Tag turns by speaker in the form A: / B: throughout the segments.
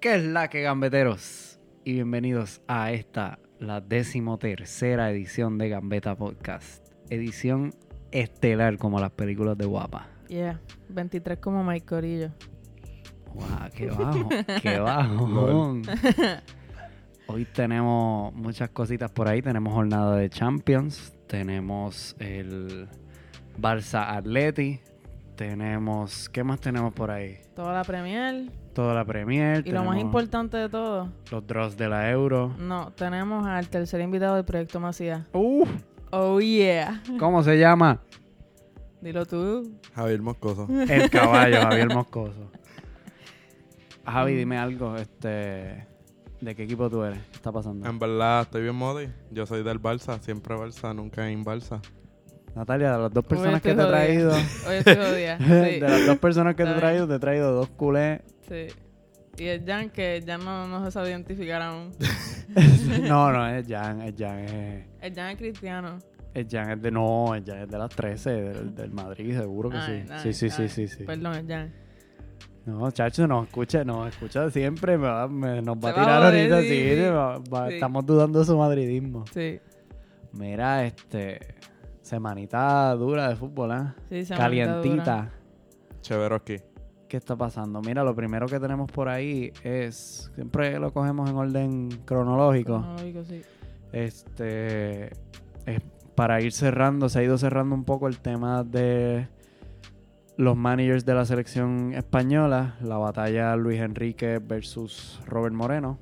A: ¿Qué es la que gambeteros? Y bienvenidos a esta, la decimotercera edición de Gambeta Podcast. Edición estelar como las películas de guapa.
B: Yeah, 23 como Mike Corillo.
A: ¡Wow! ¡Qué bajo! ¡Qué bajo! Hoy tenemos muchas cositas por ahí. Tenemos jornada de Champions. Tenemos el Barça Atleti. Tenemos. ¿Qué más tenemos por ahí?
B: Toda la Premier.
A: Toda la Premier.
B: Y lo más
A: tenemos
B: importante de todo,
A: Los draws de la Euro.
B: no, tenemos al tercer invitado del Proyecto Macías.
A: ¡Uh!
B: Oh yeah.
A: ¿Cómo se llama?
B: Dilo tú.
C: Javier Moscoso.
B: Mm.
A: El caballo, Javier Moscoso. Javi, dime algo, este. ¿De qué equipo tú eres? ¿Qué está pasando?
C: En verdad, estoy bien modi. Yo soy del Balsa, siempre Balsa, nunca en Balsa.
A: Natalia, de las dos
B: Hoy
A: personas
B: estoy
A: que te he
B: jodida.
A: traído.
B: Hoy estoy jodida.
A: De las dos personas que te
B: Está
A: he traído, te he traído dos culés.
B: Sí, sí. Y el Jan que ya no, no se sabe identificar aún.
A: No, no, es Jan, es Jan, es.
B: El Jan es cristiano.
A: es Jan es de. No, es Jan es de las 13, del, del Madrid, seguro que
B: Ay,
A: sí. sí,
B: ay,
A: sí,
B: ay.
A: sí, sí, sí.
B: Perdón, el Jan.
A: No, chacho, nos escucha, nos escucha siempre, me va- me- nos va a
B: Se va a
A: tirar
B: joder,
A: ahorita,
B: sí,
A: sí,
B: sí.
A: se va- va-
B: Sí.
A: estamos dudando de su madridismo.
B: Sí,
A: Mira, este. Semanita dura de fútbol, ¿ah?
B: sí, se me dura.
A: Calientita.
C: Chévere aquí.
A: ¿Qué está pasando? Mira, lo primero que tenemos por ahí es. Siempre lo cogemos en orden cronológico.
B: Cronológico, sí.
A: Este. es para ir cerrando, se ha ido cerrando un poco el tema de los managers de la selección española. La batalla Luis Enrique versus Robert Moreno.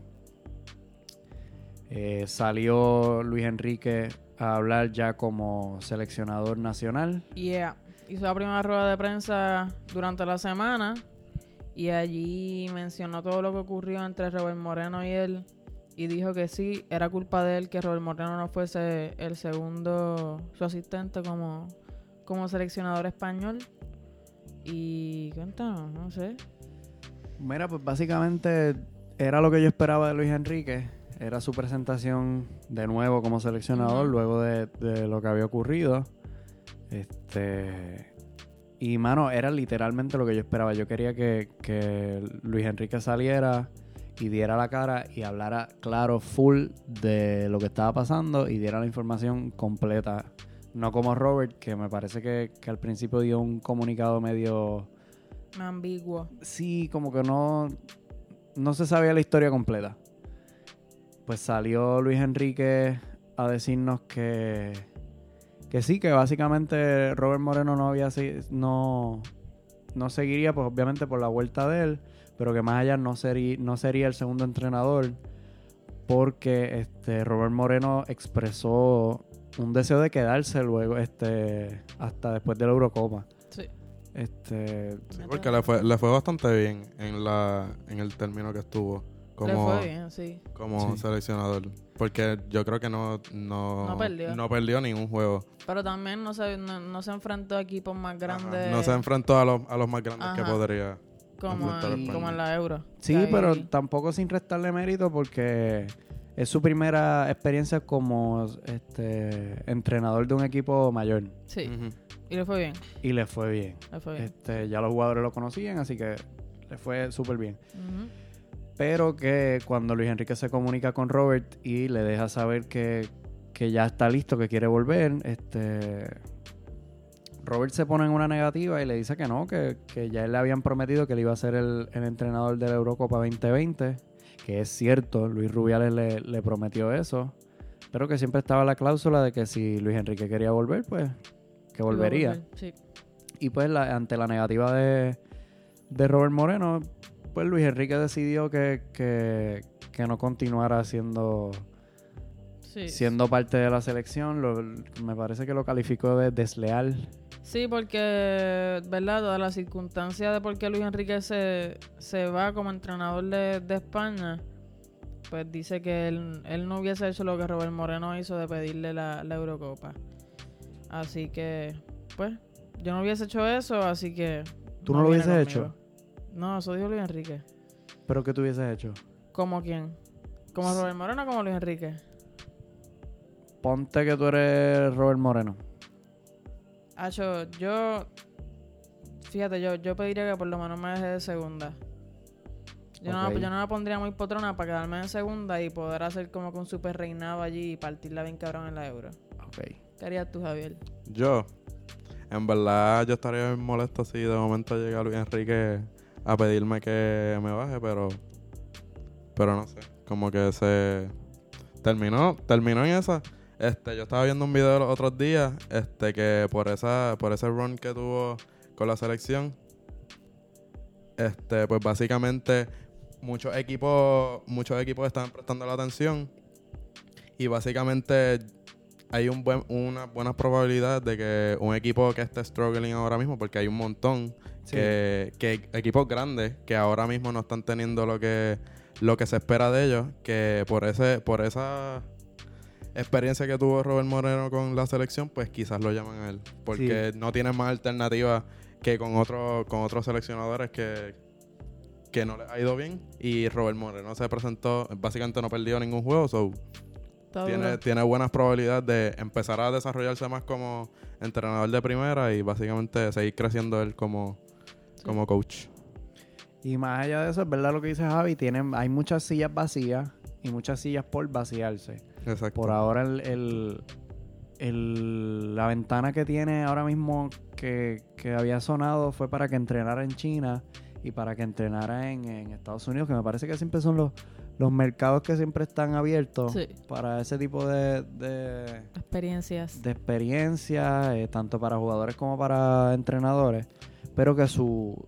A: Eh, salió Luis Enrique a hablar ya como seleccionador nacional.
B: Yeah. Hizo la primera rueda de prensa durante la semana y allí mencionó todo lo que ocurrió entre Robert Moreno y él y dijo que sí, era culpa de él que Robert Moreno no fuese el segundo, su asistente como, como seleccionador español. Y cuéntanos, no sé.
A: Mira, pues básicamente era lo que yo esperaba de Luis Enrique. Era su presentación de nuevo como seleccionador
B: Ujú.
A: luego de, de lo que había ocurrido. Este. Y mano, era literalmente lo que yo esperaba. Yo quería que, que Luis Enrique saliera y diera la cara y hablara claro, full de lo que estaba pasando y diera la información completa. No como Robert, que me parece que, que al principio dio un comunicado medio
B: Ambiguo.
A: sí, como que no, no se sabía la historia completa. Pues salió Luis Enrique a decirnos que, que sí, que básicamente Robert Moreno no había si- no, no seguiría, pues obviamente por la vuelta de él, pero que más allá no sería, no sería el segundo entrenador. Porque este Robert Moreno expresó un deseo de quedarse luego, este, hasta después de la Eurocopa.
B: Sí.
A: Este,
C: Sí, porque le fue, le fue bastante bien en la en el término que estuvo
B: Le
C: como,
B: fue bien, sí.
C: como
A: Sí.
C: seleccionador. Porque yo creo que no, no,
B: No perdió.
C: no perdió ningún juego.
B: Pero también no se, no, no se enfrentó a equipos más grandes
C: Ajá. No se enfrentó a los, a los más grandes que
B: Ajá.
C: podría.
B: como,
C: enfrentó
A: al
B: en, como
C: español.
B: en la Euro.
A: Sí,
B: Ahí-
A: pero tampoco sin restarle mérito porque es su primera experiencia como este, entrenador de un equipo mayor
B: Sí,
C: Ujú.
B: y le fue bien,
A: y le fue bien.
B: le fue bien.
A: Este, ya los jugadores lo conocían, así que le fue súper bien.
B: Ujú.
A: Pero que cuando Luis Enrique se comunica con Robert y le deja saber que, que ya está listo, que quiere volver, este, Robert se pone en una negativa y le dice que no, que, que ya le habían prometido que le iba a ser el, el entrenador de la Eurocopa 2020, que es cierto, Luis Rubiales le, le prometió eso, pero que siempre estaba la cláusula de que si Luis Enrique quería volver, pues que
B: Iba a
A: volvería.
B: volver, Sí.
A: Y pues la- ante la negativa de, de Robert Moreno, pues Luis Enrique decidió que, que- que no continuara siendo,
B: Sí.
A: siendo parte de la selección. Lo- me parece que lo calificó de desleal.
B: Sí, porque, ¿verdad? Todas las circunstancias de por qué Luis Enrique se, se va como entrenador de, de España, pues dice que él, él no hubiese hecho lo que Robert Moreno hizo de pedirle la, la Eurocopa. Así que, pues, yo no hubiese hecho eso, así que...
A: ¿Tú no lo
B: viene
A: hubieses hecho?
B: No, eso dijo Luis Enrique.
A: ¿Pero qué tú hubieses hecho?
B: ¿Como quién? ¿Como Robert Moreno o como Luis Enrique?
A: Ponte que tú eres Robert Moreno.
B: Acho, yo. Fíjate, yo, yo pediría que por lo menos me deje de segunda. Yo, no,
A: Ok.
B: la- yo no la pondría muy potrona para quedarme en segunda y poder hacer como que un super reinado allí y partirla bien cabrón en la euro.
A: Ok.
B: ¿Qué harías tú, Javier?
C: Yo, en verdad, yo estaría bien molesto si de momento llega Luis Enrique a pedirme que me baje, pero. Pero no sé. Como que se. Terminó, terminó en esa. Este, yo estaba viendo un video los otros días, este, que por esa, por ese run que tuvo con la selección, este, pues básicamente muchos equipos, muchos equipos están prestando la atención y básicamente hay un buen, una buena probabilidad de que un equipo que esté struggling ahora mismo, porque hay un montón,
A: Sí.
C: que, que equipos grandes que ahora mismo no están teniendo lo que, lo que se espera de ellos, que por ese, por esa experiencia que tuvo Robert Moreno con la selección, pues quizás lo llaman a él. Porque no tienen más alternativa que con otros, con otros seleccionadores que, que no les ha ido bien. Y Robert Moreno se presentó, básicamente no perdió ningún juego, so
B: Está
C: tiene,
B: duro.
C: tiene buenas probabilidades de empezar a desarrollarse más como entrenador de primera y básicamente seguir creciendo él como, como coach.
A: Y más allá de eso, es verdad lo que dice Javi, tienen, hay muchas sillas vacías y muchas sillas por vaciarse.
C: Exacto.
A: Por ahora el, el- el- la ventana que tiene ahora mismo que, que había sonado fue para que entrenara en China y para que entrenara en, en Estados Unidos, que me parece que siempre son los, los mercados que siempre están abiertos
B: Sí.
A: para ese tipo de, de,
B: Experiencias.
A: de experiencias, eh, tanto para jugadores como para entrenadores, pero que su,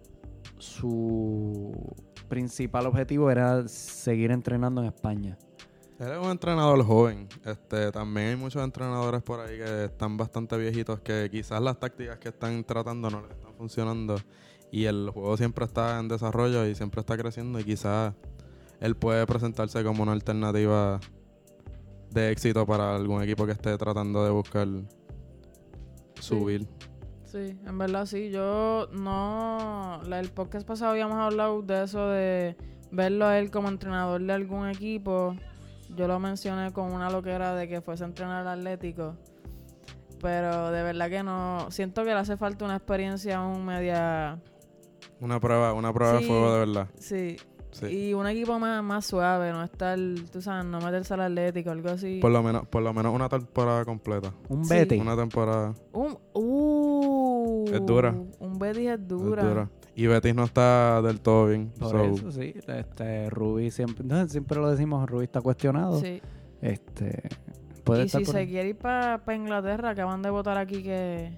A: su principal objetivo era seguir entrenando en España.
C: Él es un entrenador joven. Este, también hay muchos entrenadores por ahí que están bastante viejitos que quizás las tácticas que están tratando no les están funcionando. Y el juego siempre está en desarrollo y siempre está creciendo y quizás él puede presentarse como una alternativa de éxito para algún equipo que esté tratando de buscar subir.
B: Sí, en verdad sí. Yo no. la- el podcast pasado habíamos hablado de eso de verlo a él como entrenador de algún equipo. Yo lo mencioné con una loquera de que fuese a entrenar al Atlético. Pero de verdad que no. Siento que le hace falta una experiencia aún media.
C: Una prueba, una prueba
B: Sí.
C: de fuego de verdad.
B: Sí.
C: Sí.
B: Y un equipo más, más suave, no estar. Tú sabes, no meterse al Atlético, algo así.
C: Por lo menos, por lo menos una temporada completa.
A: Un
B: Sí.
A: Betis.
C: Una temporada
B: Un. ¡Uh!
C: Es dura.
B: Un Betis es
C: es
B: dura.
C: dura. Y Betis no está del todo bien.
A: Por
C: so-
A: eso sí, este Rubí siempre, no, siempre lo decimos, Rubí está cuestionado.
B: Sí.
A: Este puede
B: y
A: estar
B: si
A: por-
B: se quiere ir para Inglaterra, acaban de votar a Quique,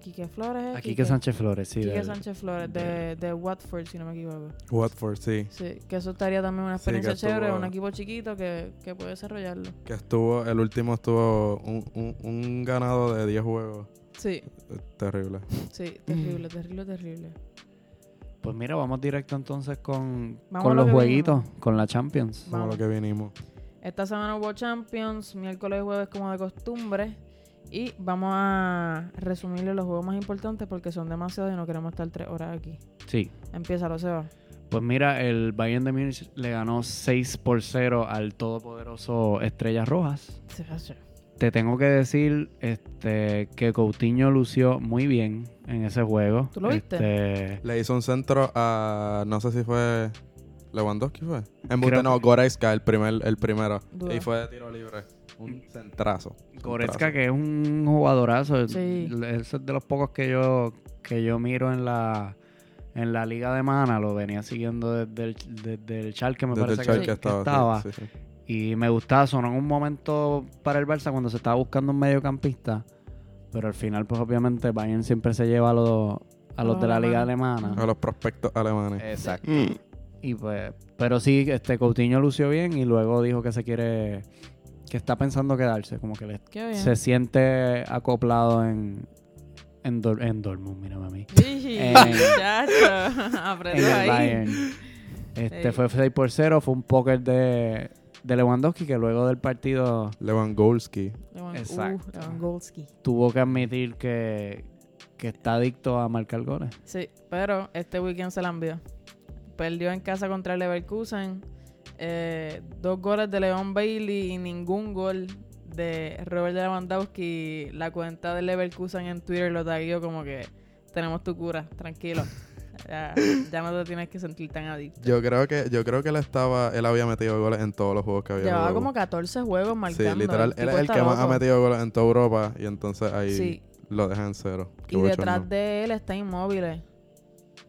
B: Quique Flores. ¿eh?
A: aquí que Sánchez Flores, sí.
B: Quique
A: del-
B: Sánchez Flores, de, de Watford, si no me equivoco.
C: Watford, sí.
B: Sí, que eso estaría también una
C: Sí, que
B: experiencia chévere,
C: estuvo-
B: un equipo chiquito que, que puede desarrollarlo.
C: Que estuvo, el último estuvo un, un- un ganado de 10 juegos.
B: Sí,
C: Eh, Terrible.
A: Mm.
B: sí, terrible, terrible, terrible.
A: Pues mira, vamos directo entonces con,
B: Vamos
A: con
B: a lo
A: los
B: que
A: jueguitos, con la Champions.
C: Como
B: Vamos.
C: lo que vinimos.
B: Esta semana hubo Champions, miércoles y jueves como de costumbre. Y vamos a resumirle los juegos más importantes porque son demasiados y no queremos estar tres horas aquí.
A: Sí.
B: Empieza, lo Seba.
A: Pues mira, el Bayern de Múnich le ganó 6 por 0 al todopoderoso Estrellas Rojas. Te tengo que decir este, que Coutinho lució muy bien en ese juego.
B: ¿Tú lo viste?
A: Este,
C: Le hizo un centro a, no sé si fue Lewandowski, fue. En
A: Creo
C: no,
A: que-
C: Goretzka, el, primer, el primero.
B: Duro.
C: Y fue de tiro libre. Un
A: Mm.
C: centrazo.
A: Goretzka, que es un jugadorazo.
B: Sí.
A: Eso es de los pocos que yo, que yo miro en la, en la liga de Mana. Lo venía siguiendo desde el, desde el Schalke, me
C: Desde el
A: parece
C: Schalke
A: que, que estaba.
C: estaba. sí, sí, sí.
A: Y me gustaba. Sonó en un momento para el Barça cuando se estaba buscando un mediocampista. Pero al final, pues obviamente, Bayern siempre se lleva a los, a los
B: Los
A: de la liga
B: alemanes.
A: alemana.
C: A los prospectos alemanes.
A: Exacto. Y pues, pero sí, este Coutinho lució bien y luego dijo que se quiere, que está pensando quedarse, como que le,
B: Qué bien.
A: se siente acoplado en, en, Dor- en Dortmund, mírame a mí.
B: Sí,
A: Eh,
B: muchacho.
A: En
B: Aprendió
A: el
B: ahí.
A: Bayern. Este
B: Ey.
A: fue 6 por 0, fue un póker de, de Lewandowski que luego del partido
C: Lewandowski.
B: Lewan-
A: Exacto.
B: Uh, Lewandowski.
A: tuvo que admitir que, que está adicto a marcar goles.
B: Sí, pero este weekend se la envió. Perdió en casa contra el Leverkusen. eh, dos goles de León Bailey y ningún gol de Robert Lewandowski. La cuenta de Leverkusen en Twitter lo taguió como que tenemos tu cura, tranquilo. Ya, ya no te tienes que sentir tan adicto.
C: Yo creo que, yo creo que él estaba, él había metido goles en todos los juegos que había.
B: Llevaba
C: jugado.
B: como 14 juegos marcando.
C: Sí, literal, él
B: tipo
C: es el
B: está
C: que más ha
B: loco.
C: metido goles en toda Europa y entonces ahí
B: Sí.
C: lo dejan en cero. Qué
B: Y
C: bochorno.
B: detrás de él está Inmóviles.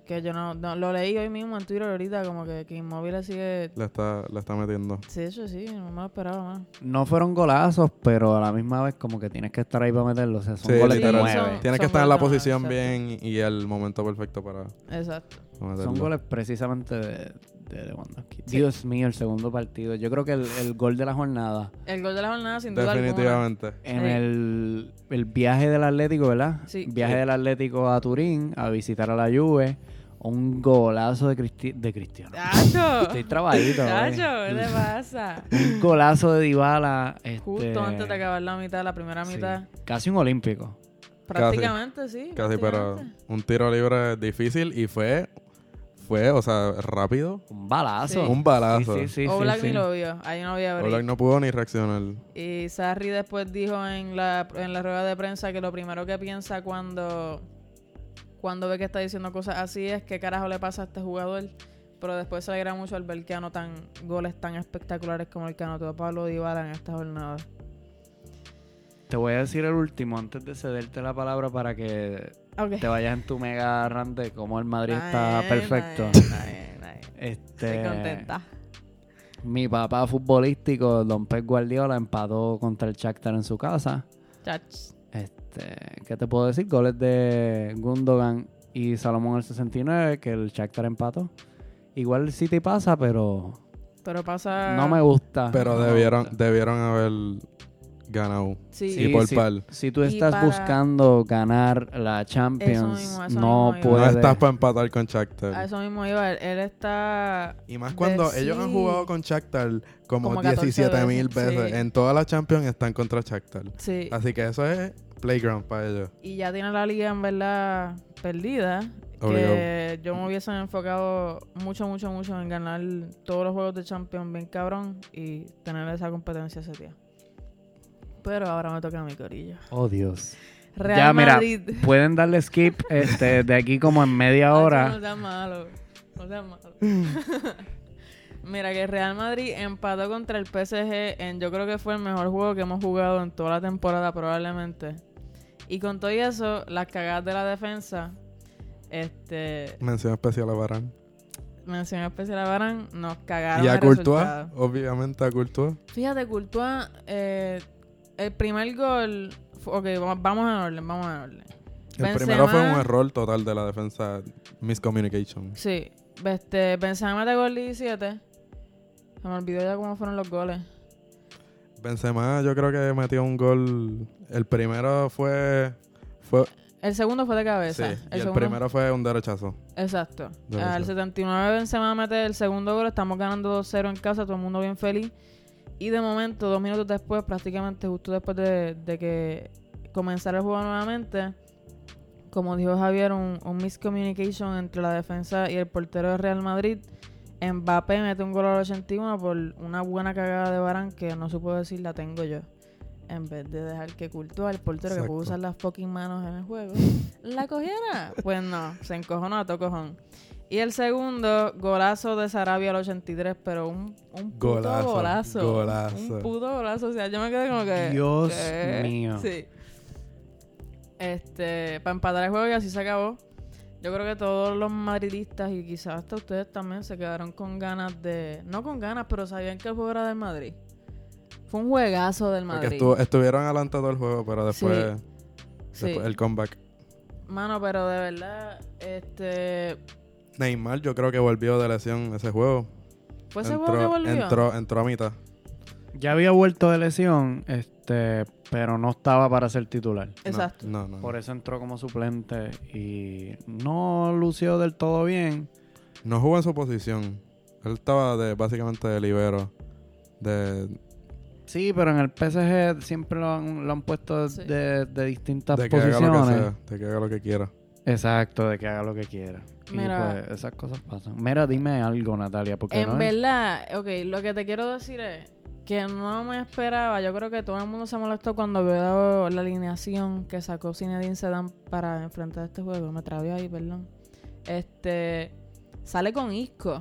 B: Que yo no, no- lo leí hoy mismo en Twitter ahorita, como que, que Inmóviles sigue...
C: Le está, le está metiendo.
B: Sí, eso sí, no me lo esperaba más.
A: No fueron golazos, pero a la misma vez como que tienes que estar ahí para meterlos. O sea, son
C: Sí,
A: goles de
C: literal.
A: nueve.
C: Tienes que
B: Son
C: estar en la
B: buenos,
C: posición
B: exacto.
C: bien y el momento perfecto para
B: Exacto.
C: para meterlo.
A: Son goles precisamente de, de Lewandowski.
B: Sí.
A: Dios mío, el segundo partido. Yo creo que el, el gol de la jornada
B: El gol de la jornada, sin duda alguna.
C: Definitivamente.
A: en
B: Sí.
A: el, el viaje del Atlético, ¿verdad?
B: Sí.
A: Viaje
C: Sí.
A: del Atlético a Turín a visitar a la Juve. Un golazo de, Cristi- de Cristiano. Estoy
B: ¡Tacho!
A: trabadito.
B: ¡Tacho! ¿Qué
A: eh.
B: te pasa?
A: Un golazo de Dybala. este,
B: Justo antes de acabar la mitad, la primera
A: sí.
B: mitad.
A: Casi un olímpico.
B: Prácticamente, sí.
C: Casi, pero
B: prácticamente.
C: un tiro libre difícil y fue, fue, o sea, rápido.
A: Un balazo.
B: Sí.
C: Un balazo.
A: Sí, sí, sí. sí,
B: Oblak ni
A: sí.
B: lo vio. Ahí no había break.
C: Oblak no pudo ni reaccionar.
B: Y Sarri después dijo en la, en la rueda de prensa que lo primero que piensa cuando, cuando ve que está diciendo cosas así es qué carajo le pasa a este jugador. Pero después se alegra mucho al ver que anotan goles tan espectaculares como el que anotó Pablo Dybala en esta jornada.
A: Te voy a decir el último antes de cederte la palabra para que
B: Ok.
A: te vayas en tu mega rant de cómo el Madrid está
B: Ay,
A: perfecto.
B: ay, ay, ay.
A: Este,
B: Estoy contenta.
A: Mi papá futbolístico, Don Pep Guardiola, empató contra el Shakhtar en su casa.
B: Chach.
A: Este, ¿Qué te puedo decir? Goles de Gundogan y Salomón el 69, que el Shakhtar empató. Igual el City pasa, pero
B: Pero pasa...
A: no me gusta.
C: Pero
A: Ah, No me
C: debieron,
A: gusta.
C: debieron haber ganado.
B: Sí.
C: Y por
A: si,
C: par.
A: si tú
B: Y
A: estás
B: para-
A: buscando ganar la Champions,
B: Eso mismo, eso
A: no
B: mismo iba.
C: No
A: puedes.
C: estás para empatar con Shakhtar.
B: A eso mismo iba. Él, él está...
C: Y más cuando
B: De-
C: ellos han
B: sí.
C: jugado con Shakhtar como,
B: Como 14
C: 17 mil
B: veces,
C: veces.
B: sí.
C: En todas las Champions están contra Shakhtar.
B: Sí.
C: Así que eso es playground para ellos.
B: y ya tiene la liga en verdad perdida.
C: Obligado.
B: Que yo me hubiese enfocado mucho, mucho, mucho en ganar todos los juegos de Champions bien cabrón y tener esa competencia ese día. Pero ahora me toca mi corilla.
A: Oh, Dios.
B: Real
A: ya, mira,
B: Madrid.
A: pueden darle skip este, de aquí como en media
B: Ay,
A: hora.
B: No seas malo. No seas malo. mira, que Real Madrid empató contra el PSG en yo creo que fue el mejor juego que hemos jugado en toda la temporada probablemente. Y con todo y eso, las cagadas de la defensa, este,
C: Mención especial a Barán.
B: mención especial a Barán, nos cagaron.
C: Y a
B: el
C: Courtois,
B: resultado.
C: obviamente a Courtois.
B: Fíjate, Courtois, eh, el primer gol. fu- Ok, va- vamos en orden, vamos en orden.
C: El
B: Benzema-
C: primero fue un error total de la defensa. Miscommunication.
B: Sí, este, Benzema mete gol 17. Se me olvidó ya cómo fueron los goles.
C: Benzema yo creo que metió un gol. El primero fue... fue
B: El segundo fue de
C: sí,
B: cabeza.
C: y el
B: segundo-
C: primero fue un derechazo.
B: Exacto.
C: Debe
B: Al
C: ser.
B: 79 Benzema mete el segundo gol, estamos ganando 2-0 en casa, todo el mundo bien feliz. Y de momento, dos minutos después, prácticamente justo después de, de que comenzara el juego nuevamente, como dijo Javier, un, un miscommunication entre la defensa y el portero de Real Madrid. Mbappé mete un gol al 81 por una buena cagada de Barán que no supo decir la tengo yo. En vez de dejar que cultó al portero que pudo
C: Exacto.
B: usar las fucking manos en el juego. ¿La cogiera? Pues no, se encojonó a tocojón. Y el segundo, golazo de Sarabia al 83, pero un, un puto
C: Golazo,
B: golazo,
C: golazo.
B: Un puto golazo. O sea, yo me quedé como que.
A: Dios
B: ¿qué?
A: mío.
B: Sí. Este, para empatar el juego y así se acabó. Yo creo que todos los madridistas y quizás hasta ustedes también se quedaron con ganas de. No con ganas, pero sabían que el juego era del Madrid. Fue un juegazo del
C: Porque
B: Madrid.
C: estu- estuvieron adelante todo el juego, pero después,
B: Sí.
C: después el comeback.
B: Mano, pero de verdad, este.
C: Neymar yo creo que volvió de lesión ese juego.
B: ¿Fue ese juego que Pues volvió?
C: Entró, entró a mitad.
A: Ya había vuelto de lesión, este, pero no estaba para ser titular.
C: No,
B: Exacto.
C: No, no.
A: Por eso entró como suplente y no lució del todo bien.
C: No jugó en su posición. Él estaba de, básicamente de libero. De,
A: Sí, pero en el PSG siempre lo han, lo han puesto
B: Sí.
A: de, de distintas
C: de que haga lo que
A: posiciones.
C: sea. De que haga lo que quiera.
A: Exacto, de que haga lo que quiera.
B: Mira.
A: Y pues esas cosas pasan. Mira, dime algo, Natalia, porque
B: En
A: no es-
B: verdad, ok, lo que te quiero decir es que no me esperaba. Yo creo que todo el mundo se molestó cuando veo la alineación que sacó Zinedine Zidane para enfrentar este juego. Me trabé ahí, perdón. Este sale con Isco.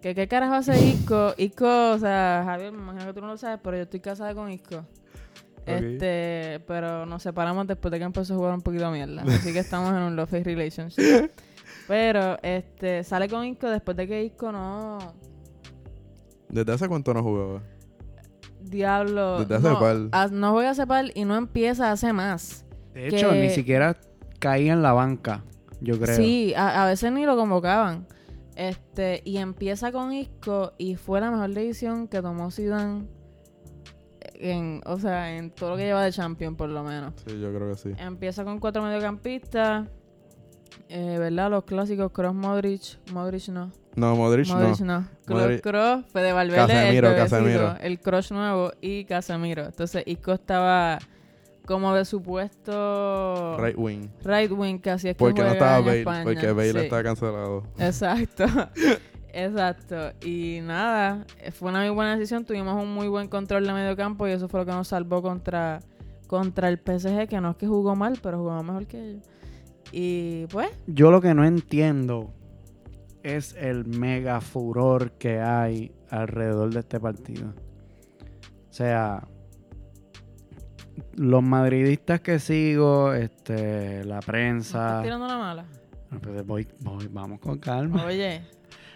B: ¿Qué, qué carajo hace Isco? Isco, o sea, Javier, me imagino que tú no lo sabes, pero yo estoy casada con Isco. Este, pero nos separamos después de que empezó a jugar un poquito a mierda. Así que estamos en un love hate relationship. Pero, este, sale con Isco después de que Isco no.
C: ¿Desde hace cuánto no jugaba?
B: Diablo.
C: Desde hace
B: no,
C: par.
B: a- no voy a separ y no empieza hace más.
A: De hecho,
B: que-
A: ni siquiera caía en la banca, yo creo.
B: Sí, a, a veces ni lo convocaban. Este, y empieza con Isco y fue la mejor decisión que tomó Zidane en, o sea, en todo lo que lleva de Champions por lo menos.
C: Sí, yo creo que sí.
B: Empieza con cuatro mediocampistas, eh, ¿verdad? Los clásicos Cross Modric, Modric no,
C: No, Modric,
B: Modric
C: no.
B: no, Cross,
C: Modric-
B: Cross, Fede Valverde,
C: Casemiro,
B: el bebecito,
C: Casemiro.
B: el Cross nuevo y Casemiro. Entonces Isco estaba como de supuesto
C: Right wing.
B: right wing, que así es que
C: Porque no
B: juega
C: estaba
B: en
C: Bale.
B: España.
C: Porque Bale
B: Sí.
C: está cancelado.
B: Exacto. Exacto. Y nada, eh, fue una muy buena decisión. Tuvimos un muy buen control de medio campo y eso fue lo que nos salvó contra, contra el PSG, que no es que jugó mal, pero jugó mejor que ellos. Y pues,
A: Yo lo que no entiendo es el mega furor que hay alrededor de este partido. O sea, los madridistas que sigo, este, la
B: ¿me estás
A: prensa.
B: tirando la mala.
A: No, pero voy- voy- vamos con calma.
B: Oye,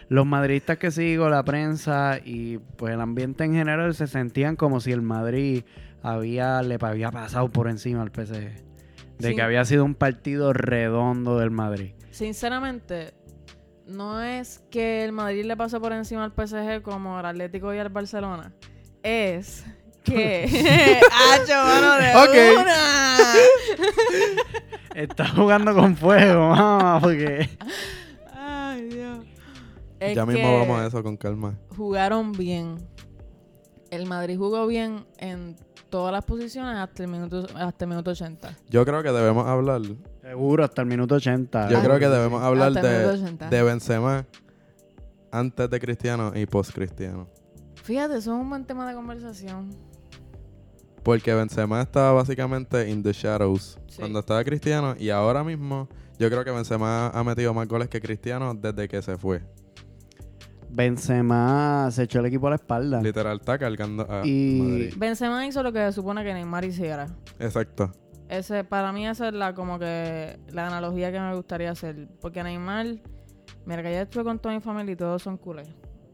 A: Los madridistas que sigo, la prensa y pues el ambiente en general se sentían como si el Madrid había, le había pasado por encima al PSG. De
B: Sí.
A: que había sido un partido redondo del Madrid.
B: sinceramente, no es que el Madrid le pasó por encima al PSG como al Atlético y al Barcelona. Es que. ¡Hacho, mano de
C: Ok.
B: una!
A: Está jugando con fuego, mamá, porque...
B: Ay, Dios. Es
C: ya mismo
B: que
C: vamos a eso con calma.
B: Jugaron bien. El Madrid jugó bien en todas las posiciones hasta el minuto, hasta el minuto 80.
C: Yo creo que debemos hablar.
A: Seguro, hasta el minuto 80.
C: Yo
B: Ah,
C: creo que debemos hablar
B: Hasta el
C: de,
B: minuto 80.
C: de Benzema antes de Cristiano y post Cristiano.
B: Fíjate, eso es un buen tema de conversación.
C: Porque Benzema estaba básicamente in the shadows
B: Sí.
C: cuando estaba Cristiano y ahora mismo yo creo que Benzema ha metido más goles que Cristiano desde que se fue.
A: Benzema se echó el equipo a la espalda.
C: Literal está cargando a
A: Y-
C: Madrid.
B: Benzema hizo lo que se supone que Neymar hiciera.
C: Exacto.
B: Ese, para mí esa es la como que la analogía que me gustaría hacer. Porque Neymar, mira que ya estuve con toda mi familia y todos son culés.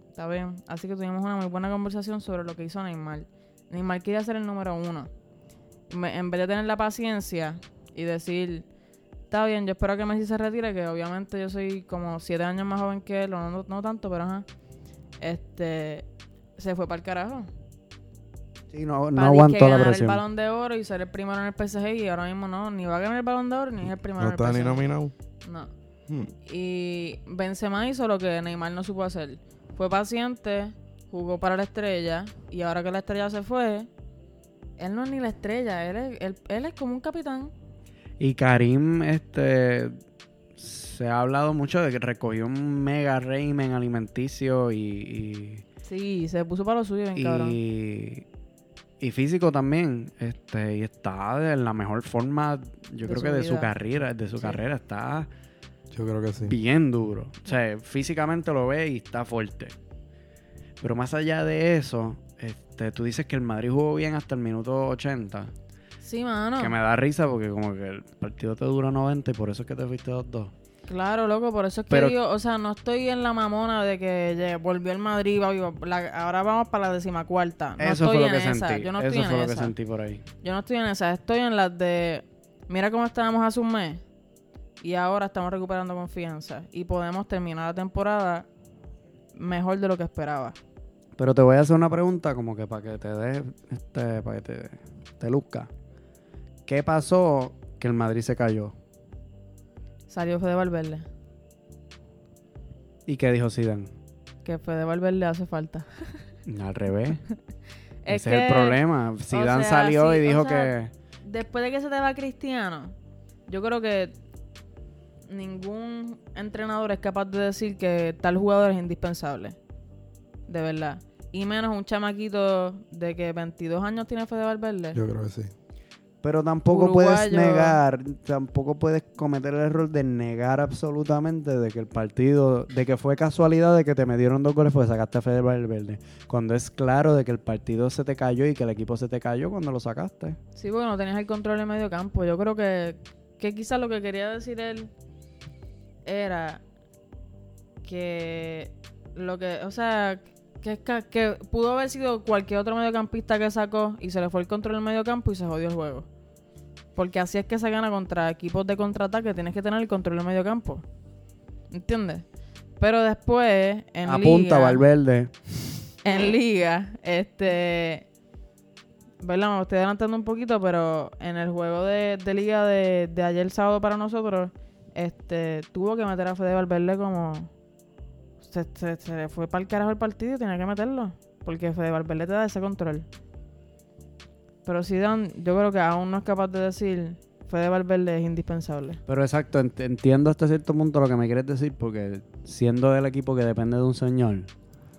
B: ¿Está bien? Así que tuvimos una muy buena conversación sobre lo que hizo Neymar. Neymar quería ser el número uno. Me- en vez de tener la paciencia y decir, está bien, yo espero que Messi se retire, que obviamente yo soy como siete años más joven que él, o no, no- no tanto, pero ajá. Este, se fue para el carajo
A: Sí, no, no
B: para disque
A: aguantó la
B: ganar el
A: presión.
B: balón de oro y ser el primero en el PSG y ahora mismo no, ni va a ganar el balón de oro ni es el primero
C: No
B: en
C: está
B: el
C: ni
B: PSG.
C: nominado.
B: No.
C: Hmm.
B: Y Benzema hizo lo que Neymar no supo hacer. Fue paciente, jugó para la estrella y ahora que la estrella se fue, él no es ni la estrella, él es, él- él es como un capitán.
A: Y Karim, este... Se ha hablado mucho de que recogió un mega régimen alimenticio y-
B: Sí, se puso para lo suyo, bien
A: y,
B: cabrón.
A: y, y físico también. Este, y está en la mejor forma, yo
B: De
A: creo
B: su
A: que de su
B: vida.
A: carrera, de su
B: Sí.
A: carrera. Está
C: Yo creo que sí.
A: bien duro. O sea, físicamente lo ve y está fuerte. Pero más allá de eso, este, tú dices que el Madrid jugó bien hasta el minuto 80.
B: Sí, mano.
A: Que me da risa porque como que el partido te dura 90 y por eso es que te fuiste 2-2.
B: Claro, loco, por eso es que
A: Pero-
B: digo, o sea, no estoy en la mamona de que ya volvió el Madrid, va- va- la- ahora vamos para la decimacuarta. No
A: eso
B: estoy
A: fue lo
B: en
A: que
B: esa,
A: sentí.
B: yo no
A: eso
B: estoy
A: fue
B: en
A: lo
B: esa.
A: que sentí por ahí.
B: Yo no estoy en esa, estoy en las de. Mira cómo estábamos hace un mes y ahora estamos recuperando confianza y podemos terminar la temporada mejor de lo que esperaba.
A: Pero te voy a hacer una pregunta como que para que te dé, este, para que te, te luzca. ¿Qué pasó que el Madrid se cayó?
B: Salió Fede Valverde,
A: ¿Y qué dijo Zidane?
B: que Fede Valverde hace falta.
A: Al revés.
B: Es
A: Ese es el
B: que,
A: problema. Zidane
B: sea,
A: salió
B: sí,
A: y
B: o
A: dijo
B: sea,
A: que...
B: Después de que se te va Cristiano, yo creo que ningún entrenador es capaz de decir que tal jugador es indispensable. De verdad. Y menos un chamaquito de que 22 años tiene Fede Valverde.
C: Yo creo que sí.
A: Pero tampoco puedes
B: Uruguayo.
A: negar, tampoco puedes cometer el error de negar absolutamente de que el partido, de que fue casualidad de que te metieron dos goles porque sacaste a Fede Valverde. Cuando es claro de que el partido se te cayó y que el equipo se te cayó cuando lo sacaste.
B: Sí, porque no tenías el control en medio campo. Yo creo que, que quizás lo que quería decir él era que lo que, o sea, que, es ca- que pudo haber sido cualquier otro mediocampista que sacó y se le fue el control en medio campo y se jodió el juego. Porque así es que se gana contra equipos de contraataque, tienes que tener el control en medio campo. ¿Entiendes? Pero después, en
A: Apunta
B: liga-
A: Valverde.
C: Eh.
B: en liga, este, ¿verdad? Me estoy adelantando un poquito, pero en el juego de, de liga de, de ayer sábado para nosotros, este, tuvo que meter a Fede Valverde como se, se, se le fue para el carajo el partido y tenía que meterlo, porque Fede Valverde te da ese control. Pero Zidane, yo creo que aún no es capaz de decir Fede Valverde es indispensable.
A: Pero exacto, ent- entiendo hasta cierto punto lo que me quieres decir porque siendo del equipo que depende de un señor,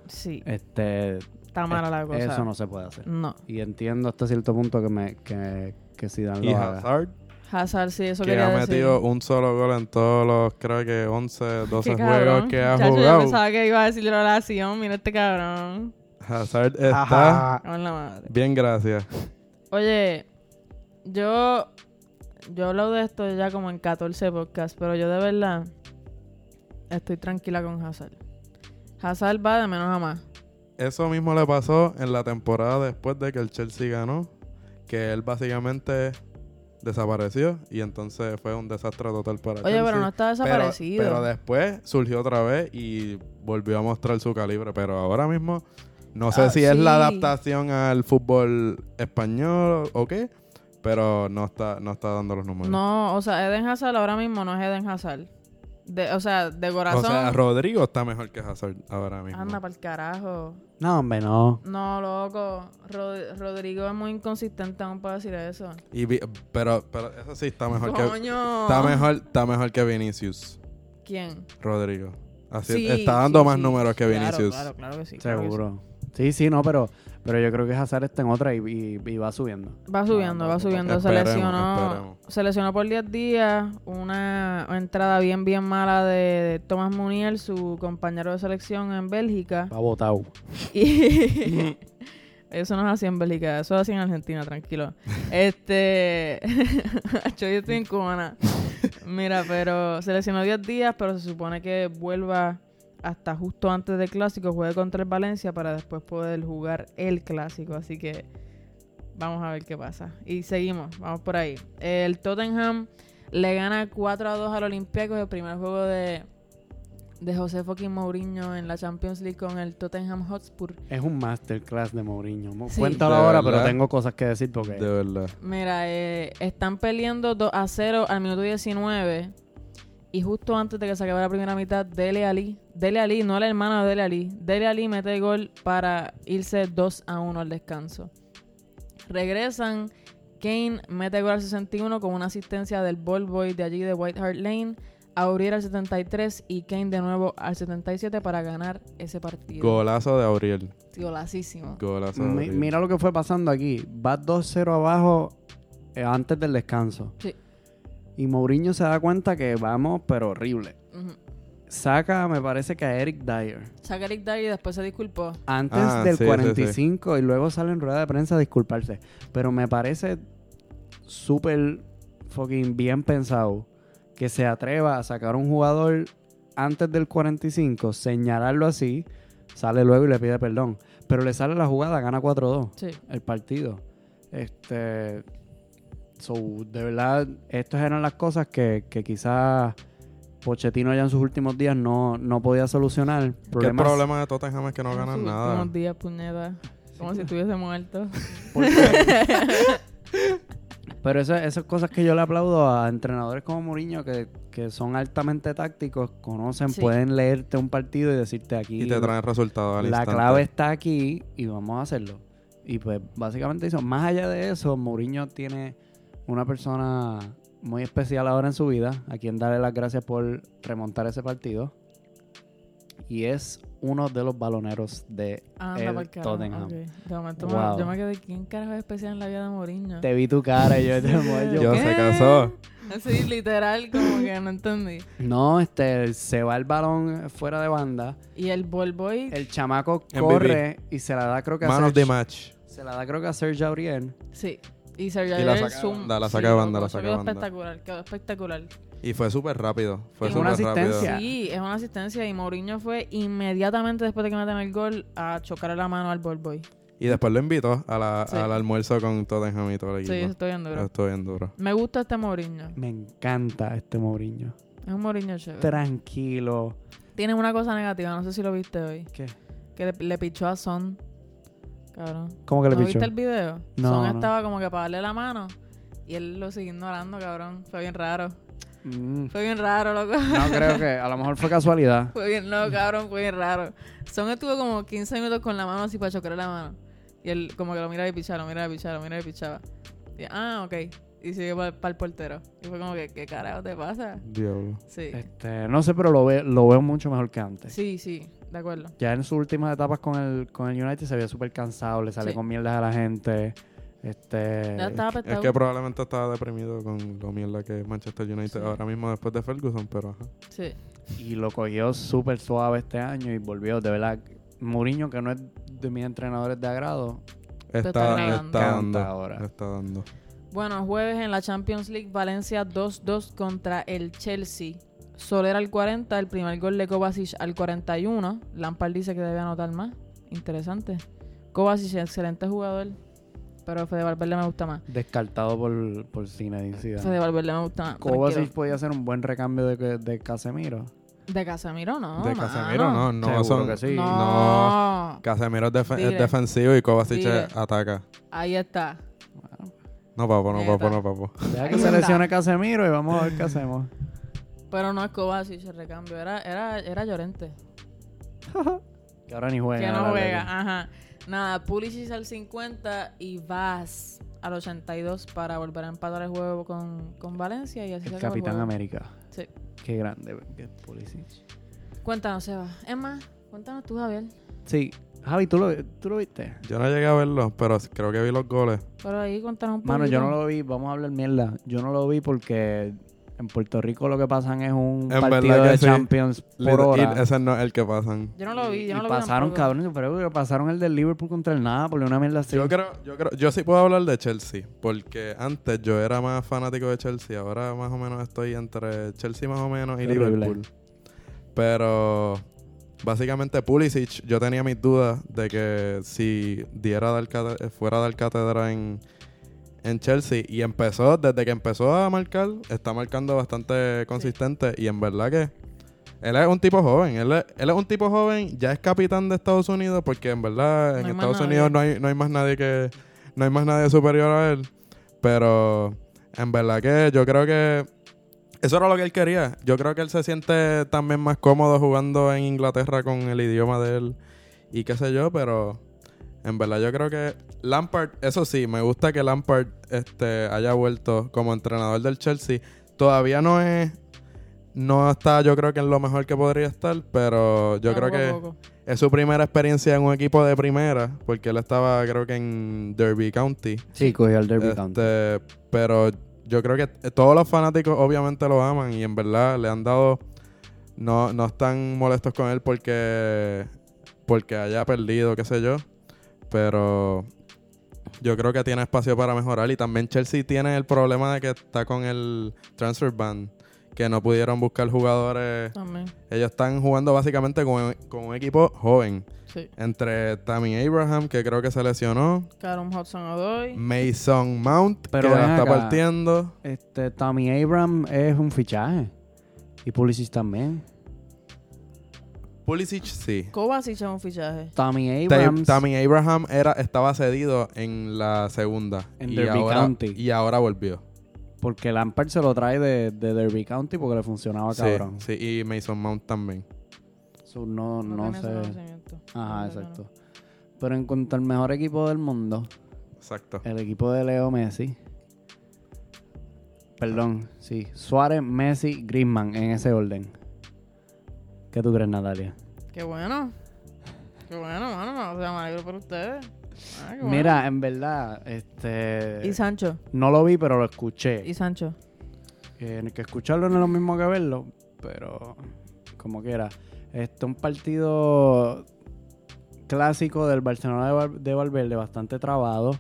B: Sí,
A: este,
B: está
C: Eh,
B: mala la cosa.
A: eso no se puede hacer.
B: No.
A: Y entiendo hasta cierto punto que me que, que Zidane
C: Y
A: lo haga.
C: Hazard,
B: Hazard, sí, eso
C: que
B: quería
C: ha
B: decir.
C: metido un solo gol en todos los, creo que 11, 12
B: Qué
C: juegos
B: cabrón.
C: que ha
B: Chacho, Yo
C: jugado.
B: pensaba que iba a decir la oración. Mira este cabrón.
C: Hazard está
A: Ajá.
B: Con la madre.
C: bien, gracias.
B: Oye, yo. Yo he hablado de esto ya como en 14 podcasts, pero yo de verdad estoy tranquila con Hazard. Hazard va de menos a más.
C: Eso mismo le pasó en la temporada después de que el Chelsea ganó, que él básicamente desapareció y entonces fue un desastre total para
B: Oye,
C: Chelsea.
B: pero no está
C: Pues Pero-
B: desaparecido.
C: Pero, después surgió otra vez y volvió a mostrar su calibre. Pero ahora mismo, no sé
B: Ah,
C: si es la
B: sí.
C: adaptación al fútbol español o qué, pero no está, no está dando los números.
B: No, o sea, Eden Hazard ahora mismo no es Eden Hazard. De, o sea, de
C: o
B: corazón.
C: sea, Rodrigo está mejor que Hazard ahora mismo.
B: anda para el carajo.
A: No, hombre, no.
B: No, loco. Rod- Rodrigo es muy inconsistente, no puedo decir eso.
C: Y vi- pero, pero eso sí está mejor que
B: Coño.
C: está mejor, está mejor que Vinicius,
B: ¿Quién?
C: Rodrigo. Así
B: Sí,
C: está dando
B: sí,
C: más
B: sí.
C: números que
B: Claro,
C: Vinicius.
B: Claro, claro que sí. claro que
A: Seguro. Sí, sí, no, pero, pero yo creo que Hazard está en otra y, y- y va subiendo.
B: sí. Va subiendo,
A: No,
B: va
A: no,
B: subiendo. se
C: Esperemos,
B: lesionó.
C: esperemos.
B: Se lesionó por 10 días. Una entrada bien, bien mala de Thomas Munier, su compañero de selección en Bélgica.
A: Va botado.
B: Y eso no es así en Bélgica, eso es así en Argentina, tranquilo. Este. Yo estoy en Cubana. Mira, pero se lesionó 10 días, pero se supone que vuelva hasta justo antes del clásico, juegue contra el Valencia para después poder jugar el clásico. Así que vamos a ver qué pasa. Y seguimos, vamos por ahí. El Tottenham le gana 4 a 2 al Olympiacos, el primer juego de, de José fucking Mourinho en la Champions League con el Tottenham Hotspur.
A: Es un masterclass de Mourinho. Mo-
B: Sí.
A: Cuéntalo
C: De
A: ahora,
C: verdad.
A: pero tengo cosas que decir porque...
C: De verdad.
B: Mira, eh, están peleando 2 a 0 al minuto 19. Y justo antes de que se acabe la primera mitad, Dele Ali, Dele Ali, no la hermana de Dele Ali, Dele Ali mete el gol para irse 2 a 1 al descanso. Regresan, Kane mete gol al 61 con una asistencia del ball boy de allí de White Hart Lane, Aurier al 73 y Kane de nuevo al 77 para ganar ese partido.
C: Golazo de Auriel.
B: Golacísimo.
C: Golazo de
A: Mi-
C: Auriel.
A: mira lo que fue pasando aquí. Va 2-0 abajo eh, antes del descanso.
B: Sí.
A: Y Mourinho se da cuenta que vamos, pero horrible.
B: Ujú.
A: Saca, me parece que a Eric Dyer.
B: Saca Eric Dyer y después se disculpó.
A: Antes
C: Ah,
A: del
C: sí, sí, sí.
A: 45 y luego sale en rueda de prensa a disculparse. Pero me parece súper fucking bien pensado que se atreva a sacar un jugador antes del 45, señalarlo así, sale luego y le pide perdón. Pero le sale la jugada, gana 4-2
B: Sí.
A: el partido. Este. So, de verdad, estas eran las cosas que, que quizás Pochettino ya en sus últimos días no, no podía solucionar.
C: Que el
A: Problemas
C: problema de Tottenham es que no ganan
B: Sus
C: nada.
B: últimos días, puñeta. Como si estuviese muerto.
A: Porque- Pero esa- esas cosas que yo le aplaudo a entrenadores como Mourinho, que, que son altamente tácticos, conocen,
B: Sí.
A: pueden leerte un partido y decirte aquí.
C: Y te traen resultados al
A: la
C: instante.
A: clave está aquí y vamos a hacerlo. Y pues básicamente eso. Más allá de eso, Mourinho tiene una persona muy especial ahora en su vida, a quien darle las gracias por remontar ese partido. Y es uno de los baloneros de
B: Ah, Anda
A: el
B: pa'l carajo.
A: Tottenham.
B: ok. De momento me-
A: Wow.
B: yo me quedé, ¿quién carajo es especial en la vida de Mourinho?
A: Te vi tu cara y yo, yo-
C: Yo-
B: ¿Qué?
C: se casó.
B: Así, literal, como que no entendí.
A: No, este, se va el balón fuera de banda.
B: Y el ball boy
A: El chamaco
C: MVP.
A: corre y se la da creo que a
C: Man of the
A: Serge,
C: match.
A: se la da creo que a Serge Gabriel.
B: Sí. Y Sergio
C: Y la
B: Aguirre,
C: saca
B: el
C: de
B: zoom.
C: banda, la
B: Sí,
C: saca de banda,
B: loco,
C: la
B: eso
C: saca
B: quedó
C: de banda.
B: espectacular, quedó espectacular.
C: Y fue súper rápido. Fue
A: Y
C: súper
A: una
C: rápido.
A: asistencia.
B: Sí, es una asistencia y Mourinho fue inmediatamente después de que meten el gol a chocarle la mano al ball boy.
C: Y después lo invitó a la-
B: Sí.
C: al almuerzo con Tottenham y todo el
B: Sí, eso
C: equipo.
B: estoy bien duro.
C: Estoy bien duro.
B: Me gusta este Mourinho.
A: Me encanta este Mourinho.
B: Es un Mourinho chévere.
A: Tranquilo.
B: Tiene una cosa negativa, no sé si lo viste hoy.
A: ¿Qué?
B: Que le, le pichó a Son. Cabrón.
A: ¿Cómo que le
B: ¿No
A: pichó?
B: viste el video?
A: No,
B: Son
A: no.
B: estaba como que para darle la mano. Y él lo siguió ignorando, cabrón. Fue bien raro.
A: Mm,
B: Fue bien raro, loco.
A: No creo que, a lo mejor fue casualidad.
B: Fue bien, no, cabrón, fue bien raro. Son estuvo como 15 minutos con la mano así para chocar la mano. Y él como que lo miraba y pichaba, lo miraba y pichaba, lo miraba y pichaba. Y, ah, ok. Y siguió para el portero. Y fue como que, ¿qué carajo te pasa?
C: Diablo.
B: Sí.
A: Este, no sé, pero lo, ve- lo veo mucho mejor que antes.
B: Sí, sí, de acuerdo.
A: Ya en sus últimas etapas con el, con el United se veía súper cansado, le sale
B: Sí.
A: con mierdas a la gente. Este,
B: Ya estaba
C: Es
B: apestado.
C: que probablemente estaba deprimido con lo mierda que es Manchester United
B: Sí.
C: ahora mismo después de Ferguson, pero ajá.
B: Sí.
A: Y lo cogió súper suave este año y volvió, de verdad. Mourinho, que no es de mis entrenadores de agrado,
B: está
C: Está,
B: negando.
C: está dando.
A: Canta ahora.
C: Está dando.
B: Bueno, jueves en la Champions League, Valencia 2-2 contra el Chelsea. Soler al 40, el primer gol de Kovacic al 41. Lampard dice que debe anotar más. Interesante. Kovacic, excelente jugador, pero Fede Valverde me gusta más.
A: descartado por, por Zinedine Zidane.
B: Fede Valverde me gusta más.
A: Kovacic
B: Kovacic.
A: podía hacer un buen recambio de, que- de Casemiro.
B: De Casemiro no.
C: de
B: mano.
C: Casemiro, no, no.
A: Seguro
C: Son,
A: que sí.
B: No.
C: Casemiro es, defe- es
B: Dile.
C: defensivo y Kovacic
B: Dile.
C: ataca.
B: Ahí está.
C: No, papo, no,
B: Neta.
C: papo, no, papo.
A: Deja
B: Ahí
A: que
B: está.
A: seleccione Casemiro y vamos a ver qué hacemos.
B: Pero no es Kovacic el recambio. Era, era, era Llorente.
A: Que ahora ni juega.
B: Que
A: en
B: no
A: el
B: juega, Ah,
A: Atlético.
B: ajá. Nada, Pulisic al 50 y Vaz al 82 para volver a empatar el juego con, con Valencia y así se
A: El
B: acaba
A: Capitán
B: juego.
A: América.
B: Sí.
A: Qué grande, que es Pulisic.
B: Cuéntanos, Seba. Es más, cuéntanos tú, Javier.
A: Sí. Javi, ¿tú lo, tú lo viste?
C: Yo no llegué a verlo, pero creo que vi los goles.
B: Pero ahí contanos un poco.
A: Mano, yo no lo vi. Vamos a hablar mierda. Yo no lo vi porque en Puerto Rico lo que pasan es un
C: En
A: partido
C: verdad que
A: de
C: sí.
A: Champions por
C: Lit- y
A: hora.
C: ese no es el que pasan.
B: Yo no lo vi, yo no
A: y
B: lo vi
A: pasaron,
B: tampoco.
A: cabrón, pero que pasaron el del Liverpool contra el Napoli, una mierda así.
C: Yo creo, yo creo, yo sí puedo hablar de Chelsea, porque antes yo era más fanático de Chelsea, ahora más o menos estoy entre Chelsea más o menos y
A: Qué horrible.
C: Liverpool. Pero básicamente Pulisic, yo tenía mis dudas de que si diera a dar cate- eh, fuera a dar cátedra en, en Chelsea y empezó, desde que empezó a marcar, está marcando bastante consistente y en verdad que él es un tipo joven, él es, él es un tipo joven, ya es capitán de Estados Unidos porque en verdad
B: No
C: en
B: hay más
C: Estados
B: nadie.
C: Unidos no hay, no hay más nadie que no hay más nadie superior a él, pero en verdad que yo creo que eso era lo que él quería. Yo creo que él se siente también más cómodo jugando en Inglaterra con el idioma de él y qué sé yo, pero en verdad yo creo que Lampard, eso sí, me gusta que Lampard este, haya vuelto como entrenador del Chelsea. Todavía no es, no está yo creo que en lo mejor que podría estar, pero yo creo
B: Poco a
C: que
B: poco.
C: es su primera experiencia en un equipo de primera, porque él estaba creo que en Derby County.
A: Sí, cogió el Derby
C: Este,
A: County.
C: pero yo creo que t- todos los fanáticos obviamente lo aman y en verdad le han dado no, no están molestos con él porque porque haya perdido, qué sé yo, pero yo creo que tiene espacio para mejorar y también Chelsea tiene el problema de que está con el transfer ban que no pudieron buscar jugadores.
B: También,
C: Ellos están jugando básicamente con, con un equipo joven.
B: sí.
C: Entre Tammy Abraham, que creo que se lesionó,
B: Caron Hudson
C: Mm.
B: Odoy.
C: Mason Mount,
A: Pero
C: que
A: ven
C: la está
A: acá.
C: partiendo.
A: Este, Tommy Abram es un fichaje. Y Pulisic también.
C: Pulisic sí.
B: Kovacic es un fichaje.
A: Tommy
C: Ta-
A: Abrams.
C: Tammy Abraham era, estaba cedido en la segunda.
A: En
C: y
A: Derby
C: ahora,
A: County.
C: Y ahora volvió.
A: Porque Lampard se lo trae de, de Derby County porque le funcionaba
C: Sí,
A: Ah, cabrón.
C: sí, y Mason Mount también.
A: So, no,
B: No,
A: no
B: tenía ese
A: sé.
B: conocimiento.
A: Ajá,
B: Claro que no.
A: exacto. Pero en cuanto al mejor equipo del mundo,
C: Exacto.
A: el equipo de Leo Messi. Perdón, sí. Suárez, Messi, Griezmann, en ese orden. ¿Qué tú crees, Natalia?
B: Qué bueno. Qué bueno, mano. O sea, me alegro por ustedes. Ah, qué bueno.
A: Mira, en verdad, este.
B: Y Sancho.
A: No lo vi, pero lo escuché.
B: Y Sancho.
A: Eh, que escucharlo no es lo mismo que verlo, pero como quiera. Este un partido clásico del Barcelona de, Val- de Valverde, bastante trabado.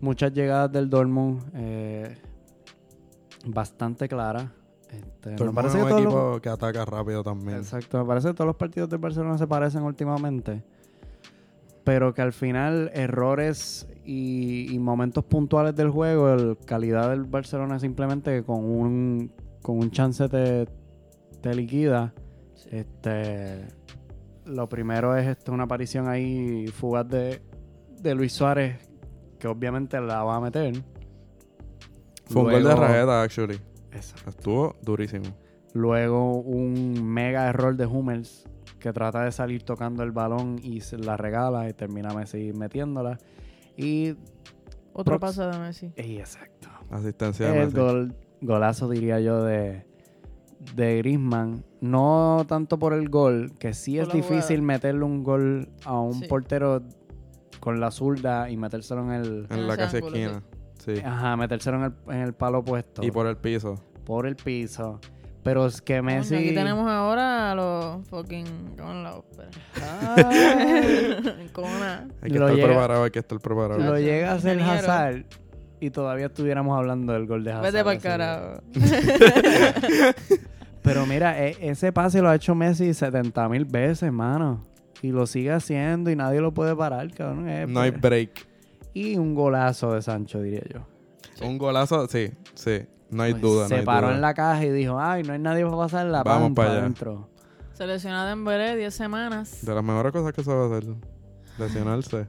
A: Muchas llegadas del Dortmund, eh, bastante claras. Este, me
C: Dortmund
A: parece
C: es
A: que todos
C: un
A: los-
C: equipo que ataca rápido también.
A: Exacto, me parece que todos los partidos del Barcelona se parecen últimamente. Pero que al final errores y, y momentos puntuales del juego, la calidad del Barcelona simplemente que con un, con un chance te, te liquida. Este, lo primero es este, una aparición ahí fugaz de, de Luis Suárez, que obviamente la va a meter.
C: Fue un gol de
A: Luego-
C: rajeta, actually.
A: Exacto.
C: Estuvo durísimo.
A: Luego un mega error de Hummels que trata de salir tocando el balón y se la regala y termina Messi metiéndola. Y,
B: Otro
A: Prox-
B: pase de Messi.
A: y exacto.
C: Asistencia de
A: el
C: Messi.
A: gol- golazo diría yo de, de Griezmann. No tanto por el gol, que sí
B: Por
A: es
B: la
A: difícil
B: jugada.
A: meterle un gol a un
B: Sí.
A: portero con la zurda y metérselo en el...
C: En
B: en
C: la
B: ese
C: casi
B: ángulo,
C: esquina. Sí.
A: Ajá, metérselo en el, en el palo opuesto.
C: Y por el piso.
A: por el piso. Pero es que
B: Coño,
A: Messi...
B: Aquí tenemos ahora a los fucking. Con la ópera. Con una.
C: Hay que
A: Lo
C: estar
A: llega-
C: preparado, hay que estar preparado.
A: lo
B: Chacho,
A: llega a hacer
B: ingeniero.
A: Hazard y todavía estuviéramos hablando del gol de Hazard.
B: Vete para el
A: así que-
B: carajo.
A: Pero mira, e- ese pase lo ha hecho Messi 70 mil veces, mano. Y lo sigue haciendo y nadie lo puede parar, cabrón. Es-
C: No hay break.
A: Y un golazo de Sancho, diría yo.
C: Un golazo, sí, sí. No hay
A: Pues,
C: duda.
A: Se
C: no hay
A: paró
C: duda.
A: en la caja y dijo, ay, no hay nadie para pasar la
C: Vamos
A: pampa
C: pa' allá".
A: adentro.
B: Seleccionado en Belé 10 semanas.
C: De las mejores cosas que se va a hacer. Lesionarse.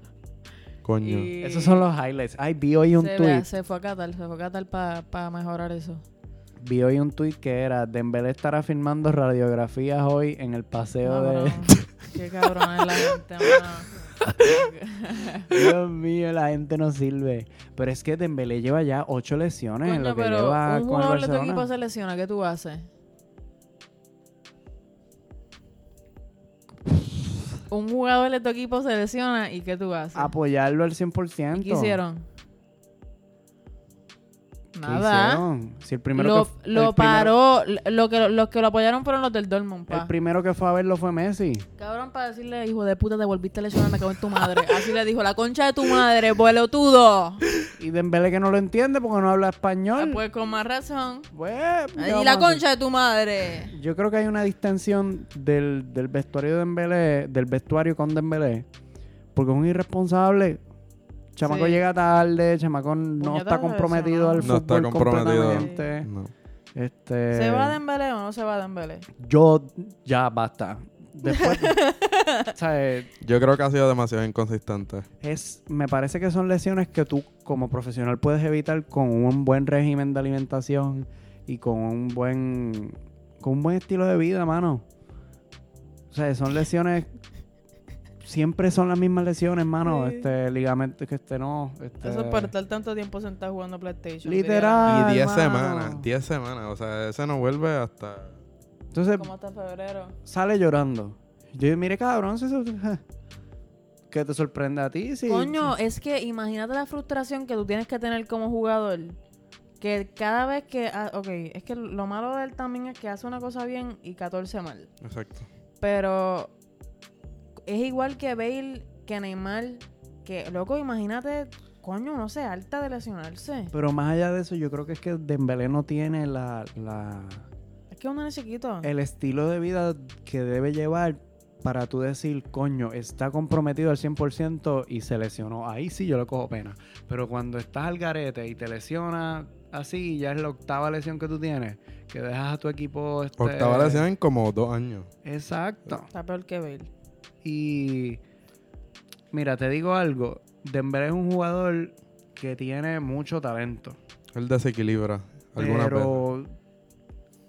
C: Coño.
B: Y
A: Esos son los highlights. Ay, vi hoy un
B: se,
A: tweet.
B: se fue a Qatar, se fue a Qatar para mejorar eso.
A: Vi hoy un tweet que era, Dembélé estará firmando radiografías hoy en el paseo
B: No,
A: de...
B: no. Qué cabrón es la gente, mano.
A: Dios mío, la gente no sirve. Pero es que Dembélé lleva ya ocho lesiones en
B: Coño,
A: lo que
B: pero
A: lleva
B: un
A: con el
B: jugador de tu equipo
A: Barcelona.
B: se lesiona, ¿qué tú haces? Un jugador de tu equipo se lesiona y ¿qué tú haces?
A: Apoyarlo al
B: ¿Y
A: 100%.
B: ¿Qué hicieron?
A: ¿Qué
B: Nada.
A: hicieron? Si el primero
B: Lo,
A: que, el primero-
B: lo paró. Lo que, los que lo apoyaron fueron los del Dortmund, pa.
A: el primero que fue a verlo fue Messi.
B: Cabrón, para decirle, hijo de puta, te volviste a lesionar, me cago en tu madre. Así le dijo, la concha de tu madre, vuelotudo.
A: Y Dembélé que no lo entiende porque no habla español.
B: Pues con más razón.
A: Pues, ¿qué
B: Y
A: vamos
B: la
A: a hacer?
B: concha de tu madre.
A: Yo creo que hay una distensión del, del vestuario de Dembélé, del vestuario con Dembélé, porque es un irresponsable. Chamaco
B: Sí.
A: llega tarde, chamaco no
B: Puñetazo
A: está comprometido al
C: No
A: fútbol
C: está comprometido.
A: completamente.
C: No.
A: Este,
B: ¿Se va Dembélé o no se va Dembélé?
A: yo ya basta. Después, o sea, eh,
C: Yo creo que ha sido demasiado inconsistente.
A: es, me parece que son lesiones que tú como profesional puedes evitar con un buen régimen de alimentación y con un buen, con un buen estilo de vida, mano. O sea, son lesiones, siempre son las mismas lesiones, mano.
B: Sí.
A: Este ligamento que este no, este,
B: Eso es por estar tanto tiempo sentado jugando PlayStation.
A: literal.
C: y 10
A: mano.
C: semanas, 10 semanas. O sea, ese no vuelve hasta.
A: Entonces
B: diría. Como hasta febrero.
A: sale llorando. Yo digo, mire cabrón, si eso- que te sorprende a ti, sí.
B: Coño, es que imagínate la frustración que tú tienes que tener como jugador. Que cada vez que. ah, ok, es que lo malo de él también es que hace una cosa bien y 14 mal.
C: Exacto.
B: Pero es igual que Bale, que Neymar, que loco, imagínate, coño, no sé, alta de lesionarse.
A: Pero más allá de eso, yo creo que es que Dembélé no tiene la, la-
B: Es que uno es chiquito.
A: el estilo de vida que debe llevar para tú decir, coño, está comprometido al 100% y se lesionó. Ahí sí yo le cojo pena. Pero cuando estás al garete y te lesionas así, ya es la octava lesión que tú tienes, que dejas a tu equipo... Este...
C: Octava lesión en como dos años.
A: Exacto.
B: Está peor que Bale.
A: Y mira, te digo algo, Dembélé es un jugador que tiene mucho talento.
C: Él desequilibra alguna vez.
A: pero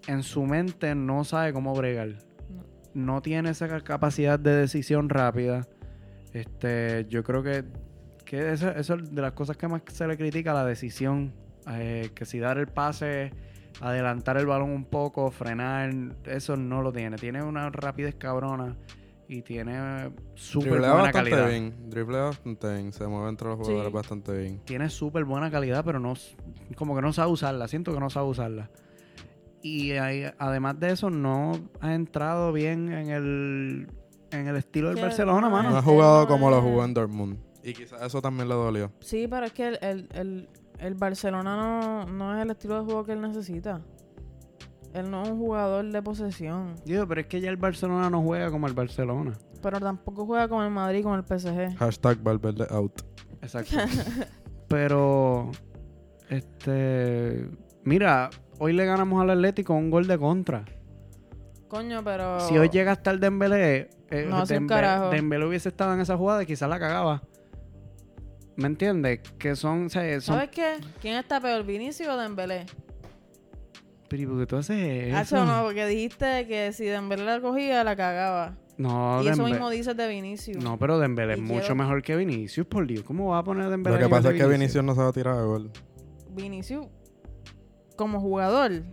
A: en su mente no sabe cómo bregar.
B: No.
A: No tiene esa ca- capacidad de decisión rápida. Este, yo creo que, que eso, eso es de las cosas que más se le critica, la decisión. Eh, que si dar el pase, adelantar el balón un poco, frenar, eso no lo tiene. Tiene una rapidez cabrona y tiene súper
C: Driblea
A: buena
C: bastante
A: calidad.
C: bien. Driblea bastante bien. Se mueve entre los
B: Sí.
C: jugadores bastante bien.
A: Tiene súper buena calidad, pero no s- como que no sabe usarla. Siento que no sabe usarla. Y ahí, además de eso, no ha entrado bien en el, en el estilo del
B: Que
A: Barcelona,
B: no
A: mano.
C: No
B: Ah,
C: ha jugado
B: no
C: como lo
B: es-
C: jugó en Dortmund. Y quizás eso también le dolió.
B: Sí, pero es que el, el, el, el Barcelona no, no es el estilo de juego que él necesita. Él no es un jugador de posesión.
A: Digo, pero es que ya el Barcelona no juega como el Barcelona.
B: Pero tampoco juega con el Madrid y con el PSG.
C: Hashtag Valverde out.
A: Exacto. Pero, este, mira, hoy le ganamos al Atlético un gol de contra.
B: Coño, pero.
A: Si hoy llega hasta el Dembélé, eh,
B: Oh. No hace un
A: Dembe-
B: carajo.
A: Dembélé hubiese estado en esa jugada y quizás la cagaba. ¿Me entiendes? Que son, o sea, son
B: ¿Sabes qué? ¿Quién está peor, Vinicius o Dembélé?
A: Pero ¿y por qué tú haces eso?
B: Hacho, Ah, no, porque dijiste que si Dembélé la cogía, la cagaba.
A: No,
B: y eso
A: Dembe-
B: mismo dices de Vinicius.
A: no, pero Dembélé es
B: Y
A: mucho
B: quiero-
A: mejor que Vinicius, por Dios. ¿Cómo va a poner a Dembélé?
C: Lo que
A: arriba
C: pasa
A: de
C: es que Vinicius no se va a tirar de gol.
B: Vinicius, como jugador, es,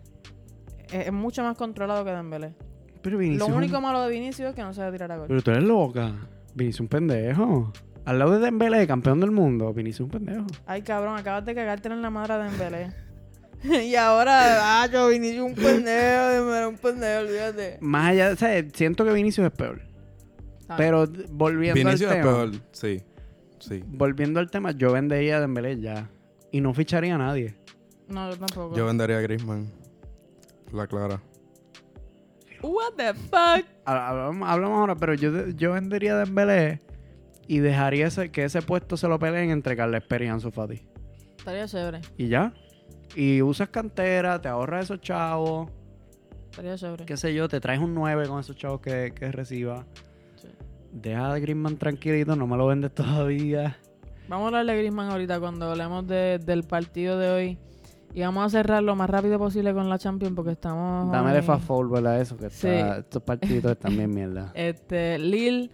B: es mucho más controlado que Dembélé.
A: Pero Vinicius...
B: Lo
A: es un-
B: único malo de Vinicius es que no sabe tirar a gol.
A: Pero tú eres loca. Vinicius es un pendejo. Al lado de Dembélé, campeón del mundo, Vinicius es un pendejo.
B: Ay, cabrón, acabas de cagarte en la madre de Dembélé. y ahora, ah, yo Vinicius un pendejo, Dembélé un pendejo, olvídate.
A: Más allá, o sea, siento que Vinicius es peor.
B: Ah.
A: Pero d- volviendo
C: Vinicius
A: al
C: es
A: tema...
C: peor. Sí. Sí.
A: Volviendo al tema, yo vendería a Dembélé ya. Y no ficharía a nadie.
B: No, yo tampoco.
C: Yo vendería a Griezmann. La clara.
B: What the fuck?
A: Ha- Hablamos, hablamos ahora, pero yo, yo vendería a Dembélé y dejaría ese- que ese puesto se lo peleen entre Carles Pérez y Ansu Fati.
B: Estaría chévere,
A: Y ya. Y usas cantera, te ahorras esos chavos,
B: estaría chévere.
A: qué sé yo, te traes un 9 con esos chavos que, que reciba.
B: Sí.
A: Deja a Griezmann tranquilito, no me lo vendes todavía.
B: Vamos a hablar de Griezmann ahorita cuando hablemos de- del partido de hoy. Y vamos a cerrar lo más rápido posible con la Champions porque estamos...
A: Dame de
B: hoy-
A: fast forward a eso, que
B: Sí.
A: está- estos partidos están bien mierda.
B: Este, Lille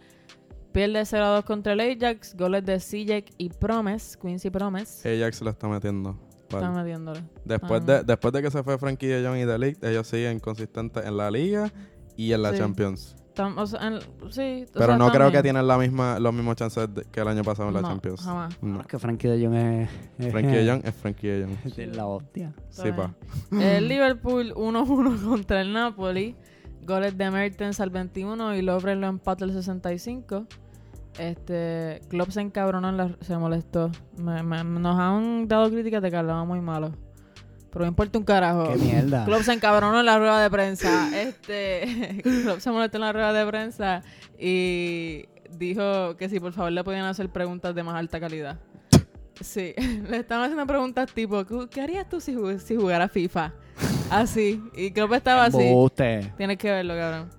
B: pierde 0-2 contra el Ajax. Goles de Sijek y Promes, Quincy Promes.
C: Ajax la está metiendo. Pal.
B: Están metiéndole.
C: Después,
B: Ah.
C: de, después de que se fue Frankie de Jong y The League, ellos siguen consistentes en la liga y en la
B: Sí.
C: Champions.
B: Están- o sea, en- sí, o
C: Pero
B: sea,
C: no creo
B: también.
C: que tienen la misma, los mismos chances de- que el año pasado en la
B: No,
C: Champions.
B: jamás.
C: No.
A: Es Ah, que Frankie de Jong es... es-
C: Frankie de Jong es Frankie de Jong.
A: es de la hostia.
C: Sí, pa.
B: El Eh, Liverpool 1-1 contra el Napoli. Goles de Mertens al 21 y Lovren lo empata al 65. Este, Klopp se encabronó, en la- se molestó. Me- me- nos han dado críticas de que hablaba muy malo. Pero me importa un carajo.
A: Qué mierda.
B: Klopp se encabronó en la rueda de prensa. Este, Klopp se molestó en la rueda de prensa y dijo que si por favor le podían hacer preguntas de más alta calidad. Sí, le estaban haciendo preguntas tipo, "¿Qué- ¿qué harías tú si, jug- si jugara FIFA? Así, y Klopp estaba así.
A: Embuste.
B: Tienes que verlo, cabrón.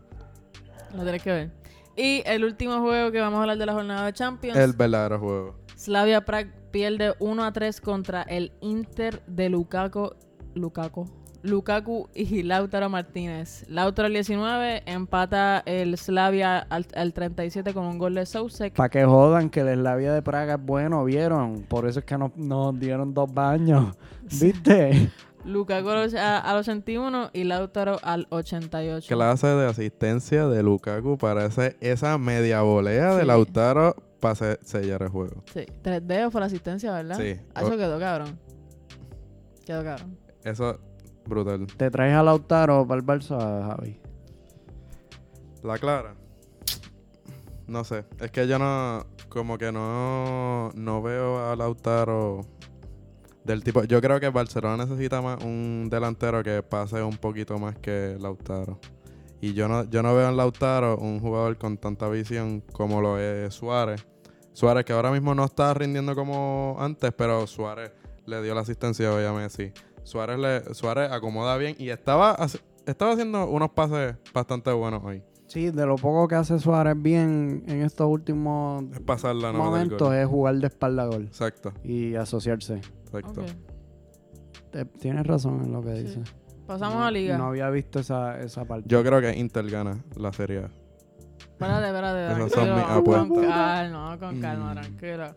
B: Lo tienes que ver. Y el último juego que vamos a hablar de la jornada de Champions.
C: El verdadero juego.
B: Slavia Prague pierde 1 a 3 contra el Inter de Lukaku, Lukaku, Lukaku y Lautaro Martínez. Lautaro al 19 empata el Slavia al, al 37 con un gol de Soucek.
A: Para que jodan que la Eslavia de Praga es bueno, vieron. Por eso es que nos, nos dieron dos baños. ¿Viste?
B: Lukaku al och- a- al 81 y Lautaro al 88.
C: Clase de asistencia de Lukaku para ese- esa media volea de
B: Sí.
C: Lautaro para se- sellar el juego.
B: Sí, 3 dedos fue la asistencia, ¿verdad?
C: Sí.
B: Ah, Eso quedó cabrón. Quedó cabrón.
C: Eso, brutal.
A: Te traes a Lautaro para el Barça, Javi.
C: La Clara. No sé. Es que yo no. Como que no. No veo a Lautaro. Del tipo. Yo creo que Barcelona necesita más un delantero que pase un poquito más que Lautaro. Y yo no, yo no veo en Lautaro un jugador con tanta visión como lo es Suárez. Suárez, que ahora mismo no está rindiendo como antes, pero Suárez le dio la asistencia hoy a Messi. Suárez, le, Suárez acomoda bien y estaba, haci- estaba haciendo unos pases bastante buenos hoy.
A: Sí, de lo poco que hace Suárez bien en estos últimos
C: Es pasar la nota del
A: momentos
C: gol.
A: es jugar de espalda a gol
C: Exacto,
A: y asociarse.
C: exacto.
B: Ok.
A: Te- Tienes razón en lo que
B: Sí.
A: dices.
B: Pasamos
A: No-
B: a Liga.
A: No había visto esa, esa parte.
C: Yo creo que Inter gana la Serie A.
B: Espérate, espérate.
C: Esas
B: tranquilo,
C: son mis
B: vamos con
C: apuestas.
B: calma, con calma,
C: Mm.
B: tranquilo.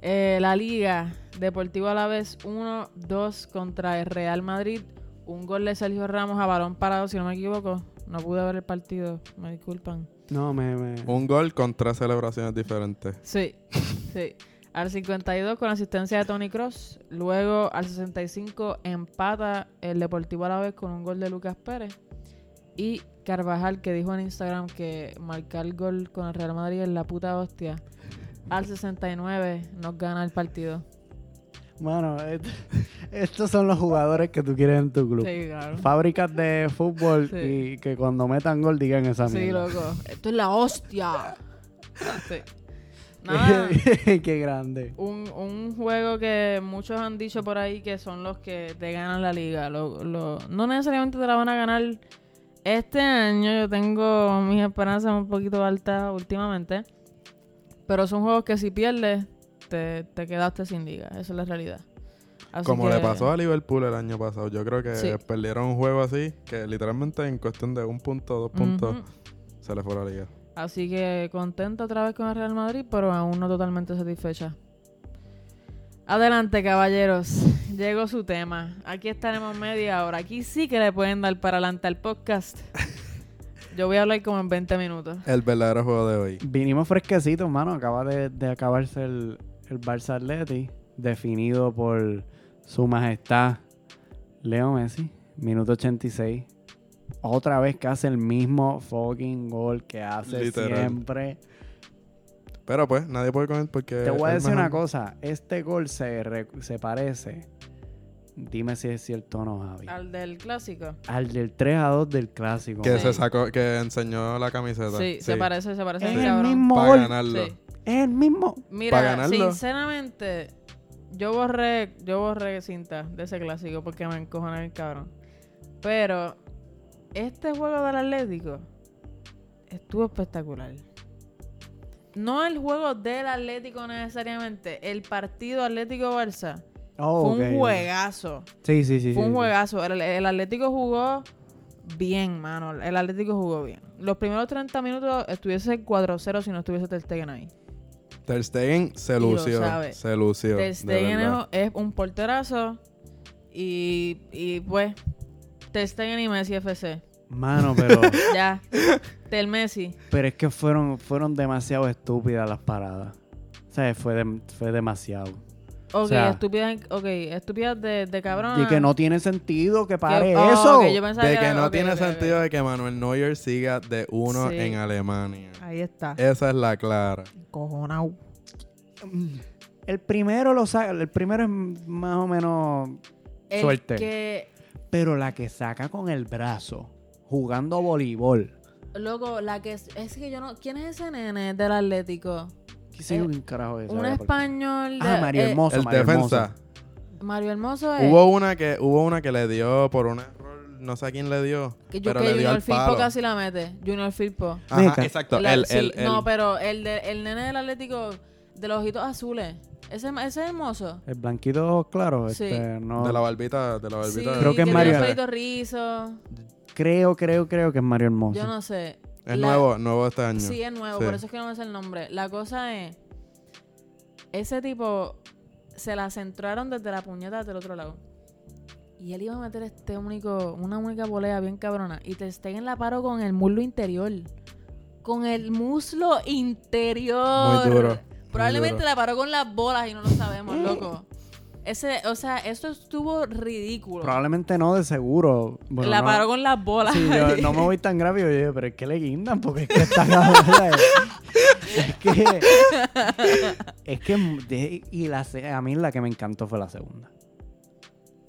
B: Eh, la Liga, Deportivo Alavés 1-2 contra el Real Madrid. Un gol de Sergio Ramos a balón parado, si no me equivoco. No pude ver el partido, me disculpan.
D: No, me. me-
C: Un gol con tres celebraciones diferentes.
B: Sí, sí. Al 52 con asistencia de Tony Cross. Luego al 65 empata el Deportivo Alavés con un gol de Lucas Pérez. Y Carvajal que dijo en Instagram que marcar el gol con el Real Madrid es la puta hostia. Al 69 nos gana el partido.
D: Mano, eh,
A: este, Estos son los jugadores que tú quieres en tu club.
B: Sí, claro.
A: Fábricas de fútbol
B: Sí.
A: y que cuando metan gol digan esa
B: Sí,
A: mierda.
B: loco. Esto es la hostia. Sí. Nada.
A: Qué grande.
B: un, un juego que muchos han dicho por ahí que son los que te ganan la liga. Lo- lo- no necesariamente te la van a ganar este año. Yo tengo mis esperanzas un poquito altas últimamente. Pero son juegos que si pierdes, te, te quedaste sin liga. Esa es la realidad. Así
C: Como
B: que-
C: le pasó a Liverpool el año pasado. Yo creo que
B: Sí.
C: perdieron un juego así que literalmente en cuestión de un punto, dos puntos,
B: Ujú.
C: se le fue la liga.
B: Así que contenta otra vez con el Real Madrid, pero aún no totalmente satisfecha. Adelante, caballeros. Llegó su tema. Aquí estaremos media hora. Aquí sí que le pueden dar para adelante al podcast. Yo voy a hablar como en 20 minutos.
C: El verdadero juego de hoy.
A: Vinimos fresquecitos, mano. Acaba de, de acabarse el, el Barça Atleti, definido por su majestad Leo Messi, minuto 86. Otra vez que hace el mismo fucking gol que hace
C: Literal.
A: siempre.
C: Pero pues, nadie puede con él porque.
A: Te voy a
C: Eh, es
A: decir
C: mejor.
A: una cosa. Este gol se, re- se parece. Dime si es cierto o no, Javi.
B: Al del clásico.
A: Al del 3 a 2 del clásico.
C: Que
B: Sí.
C: se sacó, que enseñó la camiseta.
B: Sí, se parece, se parece.
A: Es
B: al
A: el
B: cabrón.
A: mismo
C: Para
A: gol.
C: ganarlo.
B: Sí.
A: Es el mismo.
B: Mira,
C: Pa' ganarlo.
B: sinceramente, yo borré, yo borré cinta de ese clásico porque me encojona el cabrón. Pero este juego del Atlético estuvo espectacular. No el juego del Atlético necesariamente, el partido Atlético Barça
A: Oh,
B: fue
A: ok.
B: un juegazo.
A: Sí, sí, sí.
B: Fue un
A: sí, sí.
B: juegazo. El, el Atlético jugó bien, mano. El Atlético jugó bien. Los primeros 30 minutos estuviese 4-0 si no estuviese Ter Stegen ahí.
C: Ter Stegen se
B: lo
C: lució.
B: sabe.
C: Se lució. de
B: Ter Stegen
C: verdad.
B: es es un porterazo y, y pues Ter Stegen y Messi FC.
A: Mano, pero,
B: Ya. Del Messi.
A: pero es que fueron, fueron demasiado estúpidas las paradas. O sea, fue, dem- fue demasiado.
B: Ok,
A: sea,
B: estúpidas en- okay, estúpidas de, de cabrón.
A: Y que no tiene sentido que pare
B: oh,
A: eso.
B: ok, yo pensaba
C: De
B: era-
C: que no
B: ok,
C: tiene
B: ok, ok.
C: sentido de que Manuel Neuer siga de uno
B: Sí.
C: en Alemania.
B: Ahí está.
C: Esa es la clara.
B: Cojonau.
A: El primero lo saca, el primero es más o menos.
B: El
A: Suerte.
B: que
A: Pero la que saca con el brazo, jugando voleibol.
B: loco, la que es, es que yo no ¿Quién es ese nene del Atlético?
A: ¿Qué sé yo, un carajo de eso?
B: Un
A: Vaya, porque-
B: español de
A: Ah, Mario
B: eh,
A: Hermoso.
C: El
A: Mario
C: defensa.
B: Mario Hermoso es
C: Hubo una que hubo una que le dio por un error, no sé a quién le dio,
B: que, yo-
C: pero
B: que
C: le dio
B: Junior
C: al
B: Filpo
C: palo.
B: casi la mete. Junior Filpo.
C: Ajá,
A: Neta.
C: exacto.
B: La-
C: el,
B: sí,
C: el- el-
B: No, pero el, de- el nene del Atlético de los ojitos azules. Ese, ese es hermoso.
A: El blanquito, claro.
B: Sí.
A: Este, no,
C: de la barbita, de la
B: Sí,
C: barbita.
A: Creo que es
B: tiene
A: Mario-
B: los pelitos rizos.
A: Creo, creo, creo que es Mario Hermoso.
B: Yo no sé.
C: Es
B: La-
C: nuevo, nuevo este año.
B: Sí, es nuevo,
C: Sí.
B: por eso es que no me sé el nombre. La cosa es. Ese tipo se la centraron desde la puñeta del otro lado. Y él iba a meter este único, una única polea bien cabrona. Y Ter Stegen la paró con el muslo interior. Con el muslo interior.
C: Muy duro, muy
B: Probablemente
C: duro.
B: la paró con las bolas y no lo sabemos, loco. Ese, o sea, eso estuvo ridículo.
A: Probablemente no, de seguro. Bueno,
B: la
A: no-
B: paró con las bolas.
A: Sí, yo no me voy tan grave, oye, pero es que le guindan porque es que está cabrón. es que. Es que. de- y la, se- a mí la que me encantó fue la segunda.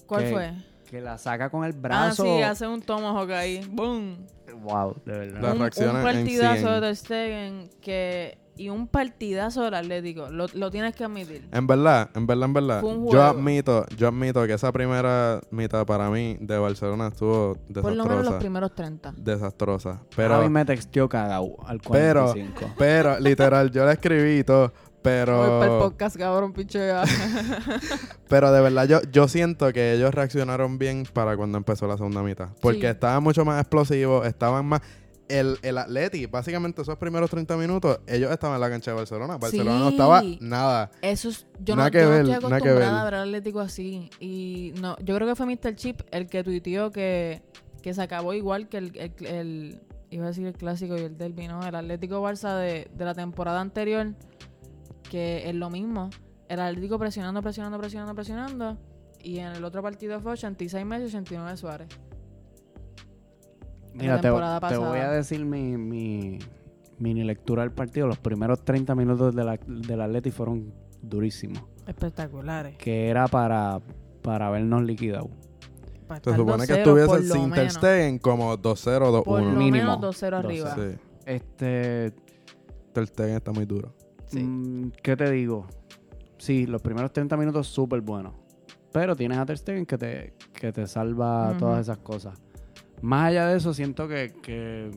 B: ¿Cuál
A: que-
B: fue?
A: Que la saca con el brazo.
B: Ah, sí, hace un tomahawk ahí. ¡Boom!
A: Wow, de
C: La-
A: verdad.
B: un,
C: reacción
B: un
C: en
B: partidazo
C: 100.
B: de Ter Stegen que, y un partidazo del Atlético. Lo, lo tienes que admitir.
C: En verdad, en verdad, en verdad.
B: Fue un
C: Yo
B: juego.
C: admito, yo admito que esa primera mitad para mí de Barcelona estuvo
B: Por lo menos los
C: desastrosa.
B: primeros 30.
C: desastrosa.
A: Pero, Javi
C: Pero,
A: me texteó cagao al
C: Pero-
A: 45.
C: pero, literal, yo la escribí y todo.
B: Voy para el
C: Pero,
B: podcast, cabrón, pinche.
C: pero de verdad, yo, yo siento que ellos reaccionaron bien para cuando empezó la segunda mitad. Porque
B: Sí.
C: estaban mucho más explosivos, estaban más. El, el Atleti, básicamente esos primeros 30 minutos, ellos estaban en la cancha de Barcelona. Barcelona no
B: Sí.
C: estaba nada.
B: Eso es- yo,
C: Nada
B: no,
C: que
B: yo no
C: ver,
B: estoy
C: nada que
B: acostumbrada
C: ver.
B: a ver al Atlético así. Y no, yo creo que fue Mr. Chip el que tuiteó que que se acabó igual que el, el- el- iba a decir el clásico y el derby, ¿no? El Atlético Barça de, de la temporada anterior, que es lo mismo. El Atlético presionando, presionando, presionando, presionando. Y en el otro partido fue 86 meses, 89 Suárez.
A: Mira, te,
B: temporada
A: te voy a
B: pasada.
A: decir mi, mi mini lectura del partido. Los primeros 30 minutos de la- del Atleti fueron durísimos.
B: Espectaculares.
A: Que era para, para vernos liquidados.
B: Para
C: Se
B: estar
C: supone que
B: 2-0 por
C: estuviese
B: lo menos.
C: Sinterstegen como 2-0,
B: Por lo
C: 2-1.
A: Mínimo.
B: menos 2-0 arriba.
C: Sí,
A: Este,
C: Sinterstegen está muy duro.
B: Sí.
A: mm, ¿Qué te digo? Sí, los primeros 30 minutos súper buenos. Pero tienes a Ter Stegen que te, que te salva
B: Ujú.
A: todas esas cosas. Más allá de eso, siento que, que,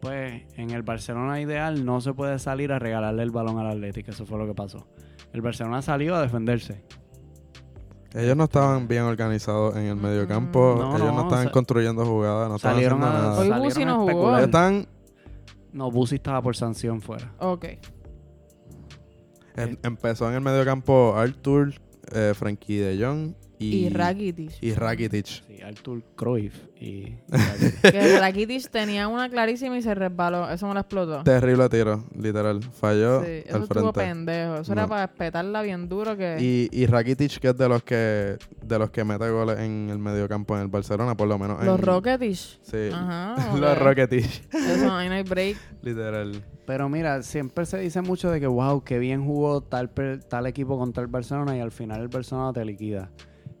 A: pues, en el Barcelona ideal no se puede salir a regalarle el balón al Atlético. Eso fue lo que pasó. El Barcelona salió a defenderse.
C: Ellos no estaban bien organizados en el
B: Mm.
C: mediocampo.
A: No,
C: Ellos no,
A: no,
C: estaban
A: sa-
C: construyendo jugadas, no estaban
A: salieron
C: haciendo
A: a,
C: nada.
B: Hoy
A: salieron
B: Busi
A: a
B: no jugó.
A: especular.
C: Ellos están
A: No, Busi estaba por sanción fuera.
B: Ok.
C: em- empezó en el mediocampo Arthur, eh, Frankie de Jong y,
B: Y, Rakitic.
C: y Rakitic.
A: Sí, Arthur Cruyff y...
B: Que Rakitic tenía una clarísima y se resbaló. Eso me lo explotó.
C: Terrible tiro, literal. Falló
B: Sí, eso
C: al
B: estuvo
C: frente.
B: pendejo. Eso era
C: No.
B: para espetarla bien duro que...
C: Y, y Rakitic, que es de los que de los que mete goles en el mediocampo en el Barcelona, por lo menos. en-
B: Los Rocketish.
C: Sí.
B: Ajá.
C: Los
B: ok.
C: Rocketish,
B: Eso, ahí no hay break.
C: literal.
A: Pero mira, siempre se dice mucho de que, wow, qué bien jugó tal, per- tal equipo contra el Barcelona y al final el Barcelona te liquida.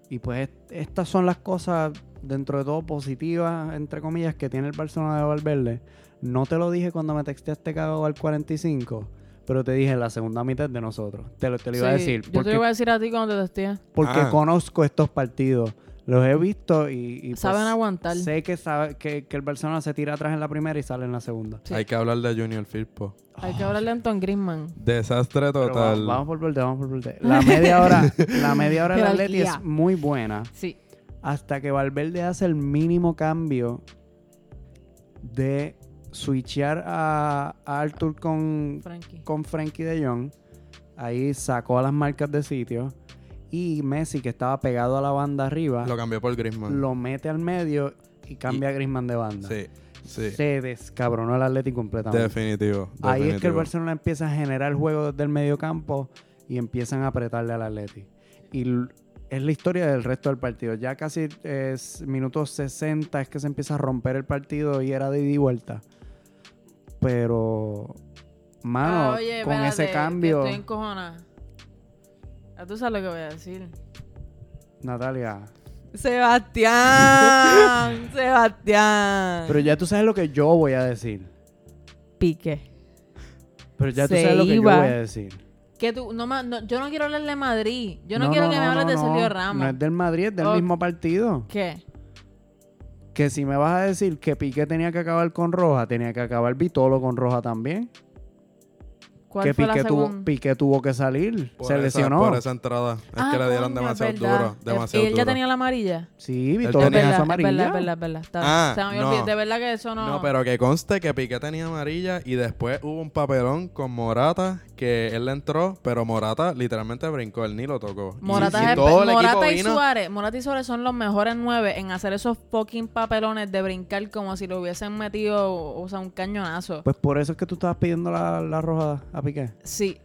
A: Y pues est- estas son las cosas, dentro de todo, positivas, entre comillas, que tiene el Barcelona de Valverde. No te lo dije cuando me texteaste cagado al 45, pero te dije la segunda mitad es de nosotros. Te lo, te lo iba a
B: Sí,
A: decir.
B: Yo te
A: porque
B: lo iba a decir a ti cuando te testé.
A: porque
C: Ah.
A: conozco estos partidos. Los he visto y... y, pues,
B: Saben aguantar.
A: Sé que, sabe, que, que el Barcelona se tira atrás en la primera y sale en la segunda.
B: Sí.
C: Hay que hablar de Junior Firpo.
B: Hay que hablarle a Anton Griezmann.
C: Desastre
A: Pero va-
C: total.
A: vamos por verde, vamos por verde. La media hora, la media hora del Atleti
B: Jerarquía.
A: es muy buena.
B: Sí.
A: Hasta que Valverde hace el mínimo cambio de switchear a, a Arthur con,
B: Frankie.
A: con Frankie de Jong. Ahí sacó a las marcas de sitio. Y Messi, que estaba pegado a la banda arriba,
C: Lo
A: lo,
C: cambió por Griezmann.
A: mete al medio y cambia a Grisman de banda.
C: Sí, sí.
A: Se descabronó el Atleti completamente.
C: Definitivo,
A: Ahí es que el
C: definitivo.
A: Barcelona empieza a generar juego desde el mediocampo y empiezan a apretarle al Atleti. Y l- es la historia del resto del partido. Ya casi eh, es minutos 60 es que se empieza a romper el partido y era de ida y vuelta. Pero, mano,
B: Ah, oye,
A: con
B: espérate,
A: ese
B: que
A: cambio,
B: Estoy encojonada. Ya tú sabes lo que voy a decir.
A: Natalia.
B: Sebastián. Sebastián.
A: Pero ya tú sabes lo que yo voy a decir.
B: Pique.
A: Pero ya tú
B: Se
A: sabes lo que
B: iba.
A: yo voy a decir.
B: Que tú, no, ma- no, yo no quiero hablarle de Madrid. Yo no, quiero que me hables de
A: no,
B: Sergio
A: no.
B: Ramos.
A: No es del Madrid, es del
B: Ok.
A: mismo partido.
B: ¿Qué?
A: Que si me vas a decir que Piqué tenía que acabar con Roja, tenía que acabar Vitolo con Roja también.
B: ¿Cuál
A: Que
B: fue la
A: Piqué tuvo,
B: segunda?
A: Piqué tuvo que salir.
C: Por
A: se
C: esa-
A: lesionó.
C: por esa entrada. Es
B: Ah,
C: que le dieron
B: coño,
C: demasiado
B: es verdad.
C: duro.
B: Es-
C: Demasiado
B: y él ya
C: duro.
B: tenía la amarilla.
A: Sí,
C: Él
A: Vitolo
B: Es
C: tenía
A: tenía
B: verdad,
A: esa
B: es
A: amarilla.
B: verdad, es verdad, es verdad. Está-
C: Ah,
B: se me había
C: no.
B: olvidado. De verdad que eso no.
C: No, pero que conste que Piqué tenía amarilla y después hubo un papelón con Morata que él le entró, pero Morata literalmente brincó, él ni lo tocó. Y-
B: Morata,
C: y,
B: es el-
C: todo el equipo
B: Morata y
C: vino.
B: Suárez, Morata y Suárez son los mejores nueve en hacer esos fucking papelones de brincar como si lo hubiesen metido, o sea, un cañonazo.
A: Pues por eso es que tú estabas pidiendo la, la roja a Piqué.
B: Sí,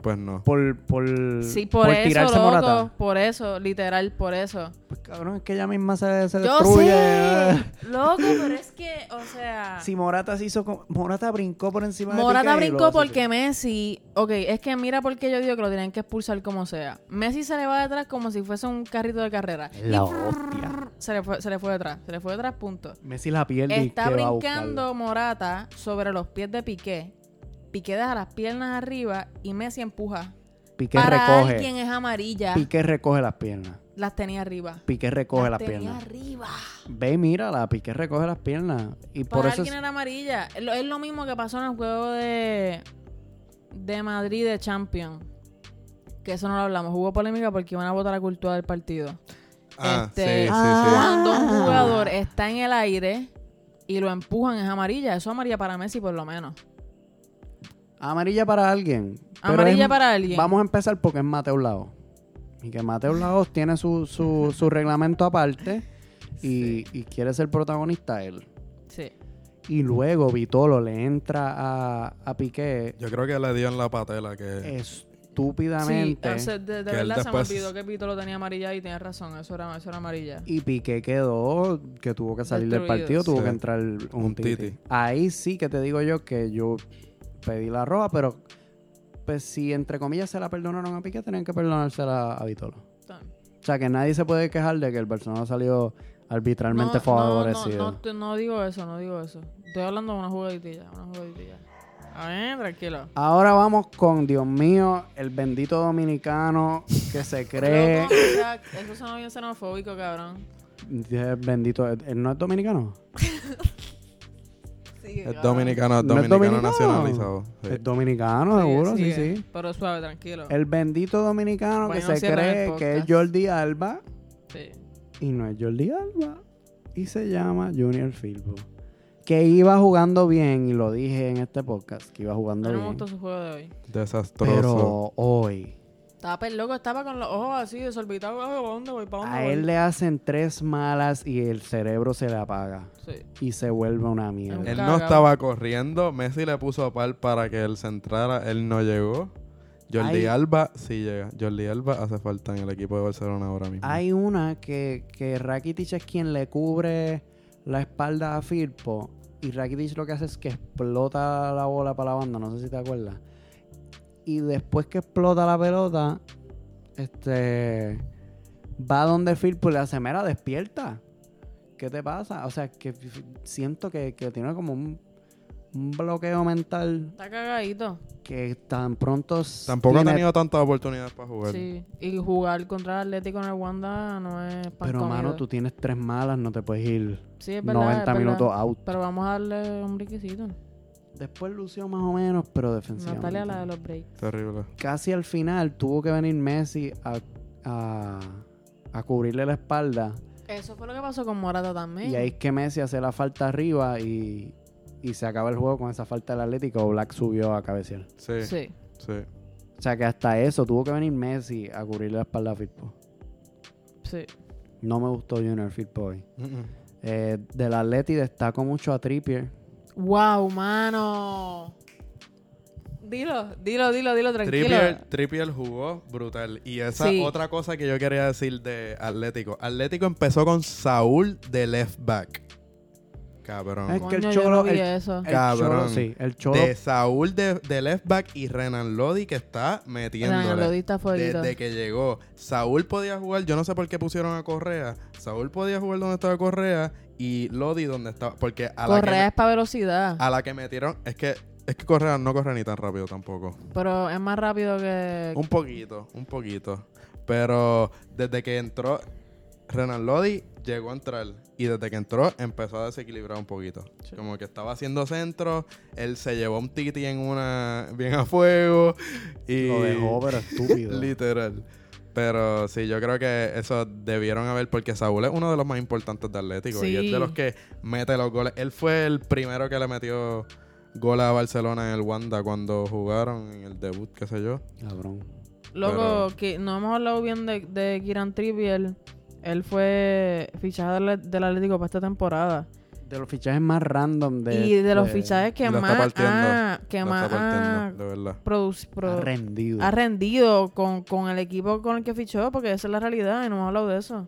C: Pues no.
A: Por, por,
B: sí, por, eso,
A: tirarse
B: loco,
A: Morata.
B: por eso, literal, por eso.
A: Pues cabrón, es que ella misma se, se
B: Yo
A: destruye.
B: sé, loco, pero es que, o sea,
A: Si Morata se hizo con- Morata brincó por encima de
B: Morata
A: Piqué y lo
B: brincó
A: hace-
B: porque Messi, ok, es que mira por qué yo digo que lo tienen que expulsar como sea. Messi se le va detrás como si fuese un carrito de carrera.
A: La hostia.
B: Se le fue, se le fue detrás, se le fue detrás, punto.
A: Messi la pierde y
B: Está
A: que va a buscarla.
B: brincando Morata sobre los pies de Piqué. Piqué deja las piernas arriba y Messi empuja.
A: Piqué
B: Para
A: recoge.
B: alguien es amarilla,
A: Piqué recoge las piernas.
B: las tenía arriba.
A: Piqué recoge las,
B: tenía
A: piernas.
B: arriba.
A: Ve y mírala, Piqué recoge las piernas. Y por
B: Para
A: eso.
B: alguien
A: es-
B: era amarilla. Es lo, es lo mismo que pasó en el juego de, de Madrid de Champions. Que eso no lo hablamos. Hubo polémica porque iban a votar a cultura del partido.
C: Ah,
B: Este-
C: sí, sí, sí.
A: Ah.
B: Cuando un jugador está en el aire y lo empujan es amarilla. Eso es amarilla para Messi por lo menos.
A: Amarilla para alguien. pero
B: Amarilla
A: es-
B: para alguien.
A: Vamos a empezar porque es Mateo Laos. Y que Mateo Laos tiene su, su, su reglamento aparte. y, y quiere ser protagonista él.
B: Sí.
A: Y luego Vitolo le entra a, a Piqué
C: Yo creo que le dio en la patela
A: Eh,
C: que...
B: Sí,
A: estúpidamente.
B: o sea, de, de
C: que él
B: verdad se me
C: después-
B: olvidó que Pito lo tenía amarilla y tenía razón, eso era, eso era amarilla.
A: Y Piqué quedó que tuvo que salir del
B: Destruido,
A: partido, tuvo
C: sí.
A: que entrar un,
C: Un
A: titi.
C: titi.
A: Ahí sí que te digo yo que yo pedí la roja, pero pues si entre comillas se la perdonaron a Piqué, tenían que perdonársela a Vitolo. O sea que nadie se puede quejar de que el Barcelona salió arbitralmente
B: No, no,
A: favorecido.
B: No, no, te- no digo eso, no digo eso. Estoy hablando de una jugaditilla, una jugaditilla. A ver, tranquilo.
A: Ahora vamos con, Dios mío, el bendito dominicano que se cree.
B: Loco, o sea, eso suena bien xenofóbico, cabrón.
A: Dios, bendito, ¿él no es dominicano?
B: Sigue,
C: Es
B: cabrón.
C: dominicano, es
A: ¿No es
C: dominicano,
A: dominicano? Eh,
C: nacionalizado. sí.
A: Es dominicano,
B: Sigue,
A: seguro, sí,
B: sigue.
A: sí.
B: Pero suave, tranquilo.
A: El bendito dominicano
B: Bueno,
A: que se
B: cierran el
A: cree que es
B: podcast.
A: Jordi Alba
B: Sí.
A: y no es Jordi Alba y se llama Junior Filbo. Que iba jugando bien y lo dije en este podcast, que iba
B: A
A: jugando
B: mí no me
A: bien.
B: gustó su juego de hoy.
C: Desastroso.
A: Pero hoy
B: Estaba pel loco, estaba con los ojos así, desorbitados. "Ay, ¿Para dónde voy? ¿Para dónde
A: a
B: voy?".
A: él le hacen tres malas y el cerebro se le apaga
B: Sí.
A: y se vuelve una mierda.
C: Él
B: Cagao.
C: no estaba corriendo. Messi le puso par para que él se entrara. Él no llegó. Jordi
A: Ay.
C: Alba sí llega. Jordi Alba hace falta en el equipo de Barcelona ahora mismo.
A: Hay una que, que Rakitic es quien le cubre la espalda a Firpo y Rakitic lo que hace es que explota la bola para la banda, no sé si te acuerdas. Y después que explota la pelota, este va donde Firpo y le hace, mira, despierta. ¿Qué te pasa? O sea, que f- f- siento que, que tiene como un, un bloqueo mental
B: Está cagadito.
A: que tan pronto... s-
C: Tampoco ha
A: tiene-
C: tenido tantas oportunidades para jugar.
B: Sí. Y jugar contra el Atlético en el Wanda no es pan
A: Pero, mano,
B: comido.
A: tú tienes tres malas, no te puedes ir
B: Sí, es verdad,
A: 90
B: es verdad.
A: minutos out.
B: Pero vamos a darle un briquecito.
A: Después lució más o menos, pero defensivamente.
B: Natalia, la de los breaks.
C: Terrible.
A: Casi al final tuvo que venir Messi a, a- a cubrirle la espalda.
B: Eso fue lo que pasó con Morata también.
A: Y ahí es que Messi hace la falta arriba y, y se acaba el juego con esa falta del Atlético. Black subió a cabecear.
C: Sí, sí.
B: Sí.
A: O sea que hasta eso tuvo que venir Messi a cubrirle la espalda a Firpo.
B: Sí.
A: No me gustó Junior Firpo hoy.
C: Mm-mm.
A: Eh, del Atleti destaco mucho a Trippier.
B: Wow, mano. Dilo, dilo, dilo, dilo, tranquilo.
C: Trippier, Trippier jugó brutal. Y esa
B: Sí.
C: otra cosa que yo quería decir de Atlético. Atlético empezó con Saúl de left back. Cabrón.
A: Es que el
B: Coño, yo
A: Cholo-
B: no vi
A: el-
B: eso.
A: El
C: Cabrón.
A: Cholo, sí, el Cholo.
C: De Saúl de, de left back y Renan Lodi que está
B: Renan
C: metiéndole.
B: Lodista fue
C: Desde que llegó, Saúl podía jugar, yo no sé por qué pusieron a Correa. Saúl podía jugar donde estaba Correa y Lodi donde estaba. Porque a la,
B: Correa
C: que,
B: es para velocidad.
C: a la que metieron, es que, es que Correa no corre ni tan rápido tampoco.
B: Pero es más rápido que.
C: Un poquito, un poquito. Pero desde que entró, Renan Lodi llegó a entrar. Y desde que entró, empezó a desequilibrar un poquito.
B: Sí.
C: Como que estaba haciendo centro, él se llevó a un Titi en una. bien a fuego. Y
A: Lo dejó, pero estúpido.
C: Literal. Pero sí, yo creo que eso debieron haber, porque Saúl es uno de los más importantes de Atlético y es
B: Sí.
C: de los que mete los goles. Él fue el primero que le metió gol a Barcelona en el Wanda cuando jugaron en el debut, qué sé yo.
A: Cabrón.
B: Loco, que no hemos hablado bien de, de Kiran Trippier. Él fue fichaje del, del Atlético para esta temporada.
A: De los fichajes más random de. este,
B: y de los
A: de-
B: fichajes que
C: Lo está
B: más
C: partiendo,
B: ha, que
C: La
B: más
C: está partiendo,
B: ha
C: de verdad.
B: produc- pro-
A: Ha rendido.
B: ha rendido con, con el equipo con el que fichó, porque esa es la realidad y no hemos hablado de eso.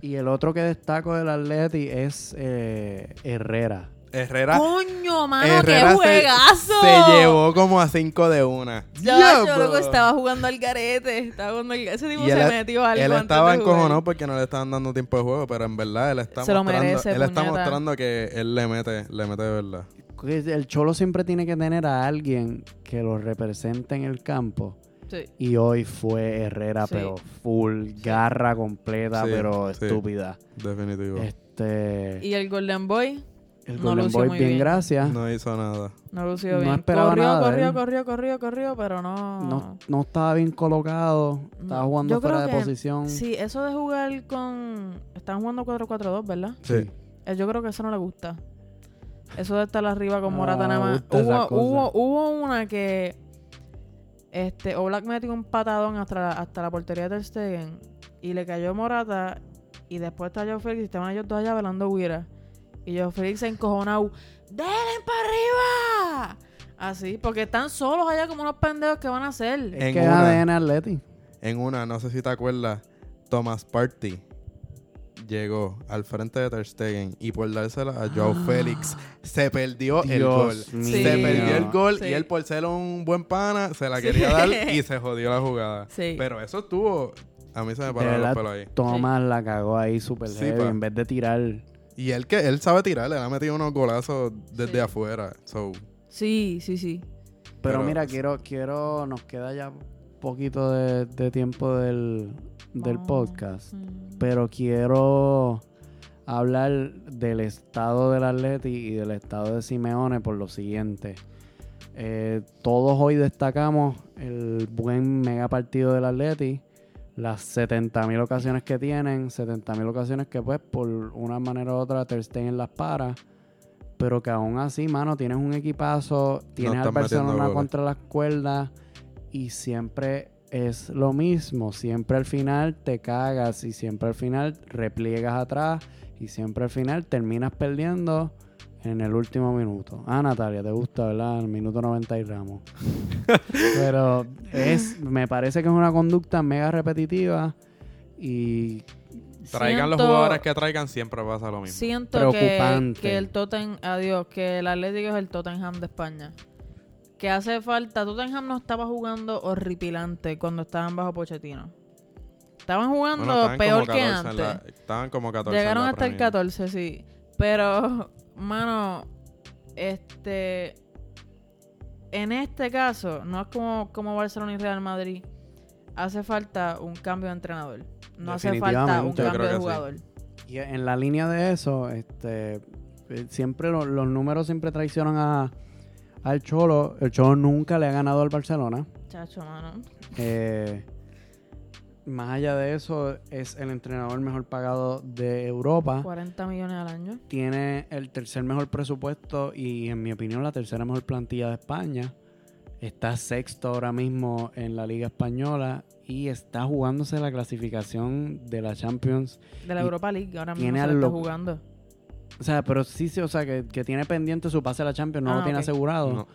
A: Y el otro que destaco del Atleti es eh, Herrera.
C: Herrera,
B: ¡Coño, mano!
C: Herrera
B: Ah, ¡Qué
C: se-
B: juegazo!
C: se llevó como a cinco de una.
B: Ya, yo
C: Diablo.
B: loco estaba jugando al garete. Estaba jugando al- Ese tipo
C: Y
B: se
C: él-
B: metió algo.
C: Él
B: antes
C: estaba
B: de jugar.
C: encojonado porque no le estaban dando tiempo de juego, pero en verdad él está
B: Se lo
C: mostrando,
B: merece,
C: él está
B: puñeta.
C: mostrando que él le mete, le mete de verdad.
A: Que El Cholo siempre tiene que tener a alguien que lo represente en el campo.
B: Sí.
A: Y hoy fue Herrera,
B: Sí.
A: pero full, garra completa,
C: Sí,
A: pero
C: sí.
A: estúpida.
C: Definitivo.
A: Este.
B: Y el Golden Boy
A: el
B: no
A: Golden
B: lució
A: Boy,
B: muy
A: bien,
B: bien.
A: gracias. No.
C: No hizo nada.
B: no lució
A: No
B: bien.
A: esperaba
B: corrió,
A: nada de
B: corrió,
A: él.
B: corrió, corrió, corrió, pero no.
A: no estaba bien colocado, estaba
B: No.
A: jugando
B: Yo creo
A: fuera de
B: que-
A: posición.
B: Sí, eso de jugar con. Están jugando 4-4-2, ¿verdad?
C: Sí.
B: Eh, Yo creo que eso no le gusta. Eso de estar arriba con
A: No,
B: Morata nada
A: me
B: más.
A: gusta esas
B: Hubo,
A: cosas.
B: hubo, hubo una que. Este, Oblak metió un patadón hasta la, hasta la portería de Ter Stegen y le cayó Morata y Y después está Joe Félix y estaban ellos dos allá velando guira. Y Joe Félix se encojonado. ¡Delen para arriba! Así, porque están solos allá como unos pendejos que van a hacer.
A: Es
C: En
A: que
C: una.
A: ADN Atleti.
C: En una, no sé si te acuerdas, Thomas Party llegó al frente de Ter Stegen y por dársela a
B: Ah.
C: Joe Félix se perdió Oh, el gol.
A: Dios mío.
C: Se perdió el gol
B: Sí.
C: y él por ser un buen pana se la
B: Sí.
C: quería dar y se jodió la jugada.
B: Sí.
C: Pero eso estuvo... A mí se me
A: De
C: pararon los
A: verdad,
C: pelos ahí.
A: Thomas la cagó ahí súper
C: Sí,
A: heavy.
C: pa.
A: En vez de tirar.
C: Y él que él sabe tirar, le ha metido unos golazos desde
B: Sí.
C: afuera. So,
B: Sí, sí, sí.
A: Pero,
C: Pero-
A: mira, quiero, quiero. Nos queda ya poquito de, de tiempo del,
C: Ah.
A: del
B: Vamos.
A: podcast.
B: Mm.
A: pero quiero hablar del estado del Atleti y del estado de Simeone por lo siguiente. Eh, todos hoy destacamos el buen mega partido del Atleti, las 70.000 ocasiones que tienen, 70.000 ocasiones que pues por una manera u otra Ter Stegen las para, pero que aún así, mano, tienes un equipazo, tienes al
C: están metiendo
A: Barcelona
C: goles.
A: contra las cuerdas y siempre es lo mismo, siempre al final te cagas y siempre al final repliegas atrás y siempre al final terminas perdiendo en el último minuto. Ah, Natalia, te gusta, ¿verdad? El minuto 90 y Ramos. Pero es, me parece que es una conducta mega repetitiva y
C: traigan los
B: Siento-
C: jugadores que traigan, siempre pasa lo mismo.
B: Siento que,
A: Preocupante.
B: que el Tottenham, adiós, que el Atlético es el Tottenham de España. Que hace falta. Tottenham no estaba jugando horripilante cuando estaban bajo Pochettino. Estaban jugando
C: Bueno, estaban
B: peor
C: como
B: que
C: 14
B: antes.
C: en la- estaban como 14. en
B: Llegaron
C: la
B: hasta el
C: Premier.
B: 14, sí. Pero, mano, este. En este caso, no es como, como Barcelona y Real Madrid. Hace falta un cambio de entrenador. No hace falta un
A: Definitivamente.
C: Yo creo
B: cambio de
C: que sí.
B: jugador.
A: Y en la línea de eso, este, eh, siempre lo- los números siempre traicionan a, al Cholo. El Cholo nunca le ha ganado al Barcelona.
B: Chacho, mano.
A: Eh, más allá de eso, es el entrenador mejor pagado de Europa.
B: 40 millones al año.
A: Tiene el tercer mejor presupuesto y, en mi opinión, la tercera mejor plantilla de España. Está sexto ahora mismo en la Liga Española y está jugándose la clasificación de la Champions
B: De la
A: Y
B: Europa League, ahora mismo
A: tiene
B: se
A: al
B: la está
A: loco.
B: jugando.
A: O sea, pero sí, sí o sea, que, que tiene pendiente su pase a la Champions, no
B: Ah,
A: lo tiene
B: ok.
A: asegurado
C: No.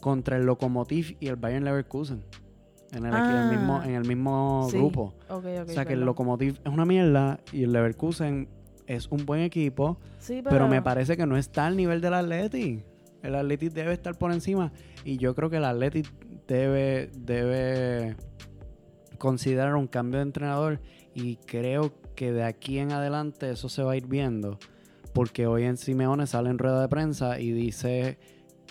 A: contra el Lokomotiv y el Bayern Leverkusen. En el,
B: Ah.
A: el mismo, en el mismo
B: Sí.
A: grupo. o
B: Ok, ok.
A: sea, que el
B: perdón.
A: Lokomotiv es una mierda y el Leverkusen es un buen equipo,
B: Sí, pero,
A: pero, me parece que no está al nivel del Atleti. El Atleti debe estar por encima y yo creo que el Atleti debe, debe considerar un cambio de entrenador y creo que de aquí en adelante eso se va a ir viendo porque hoy en Simeone sale en rueda de prensa y dice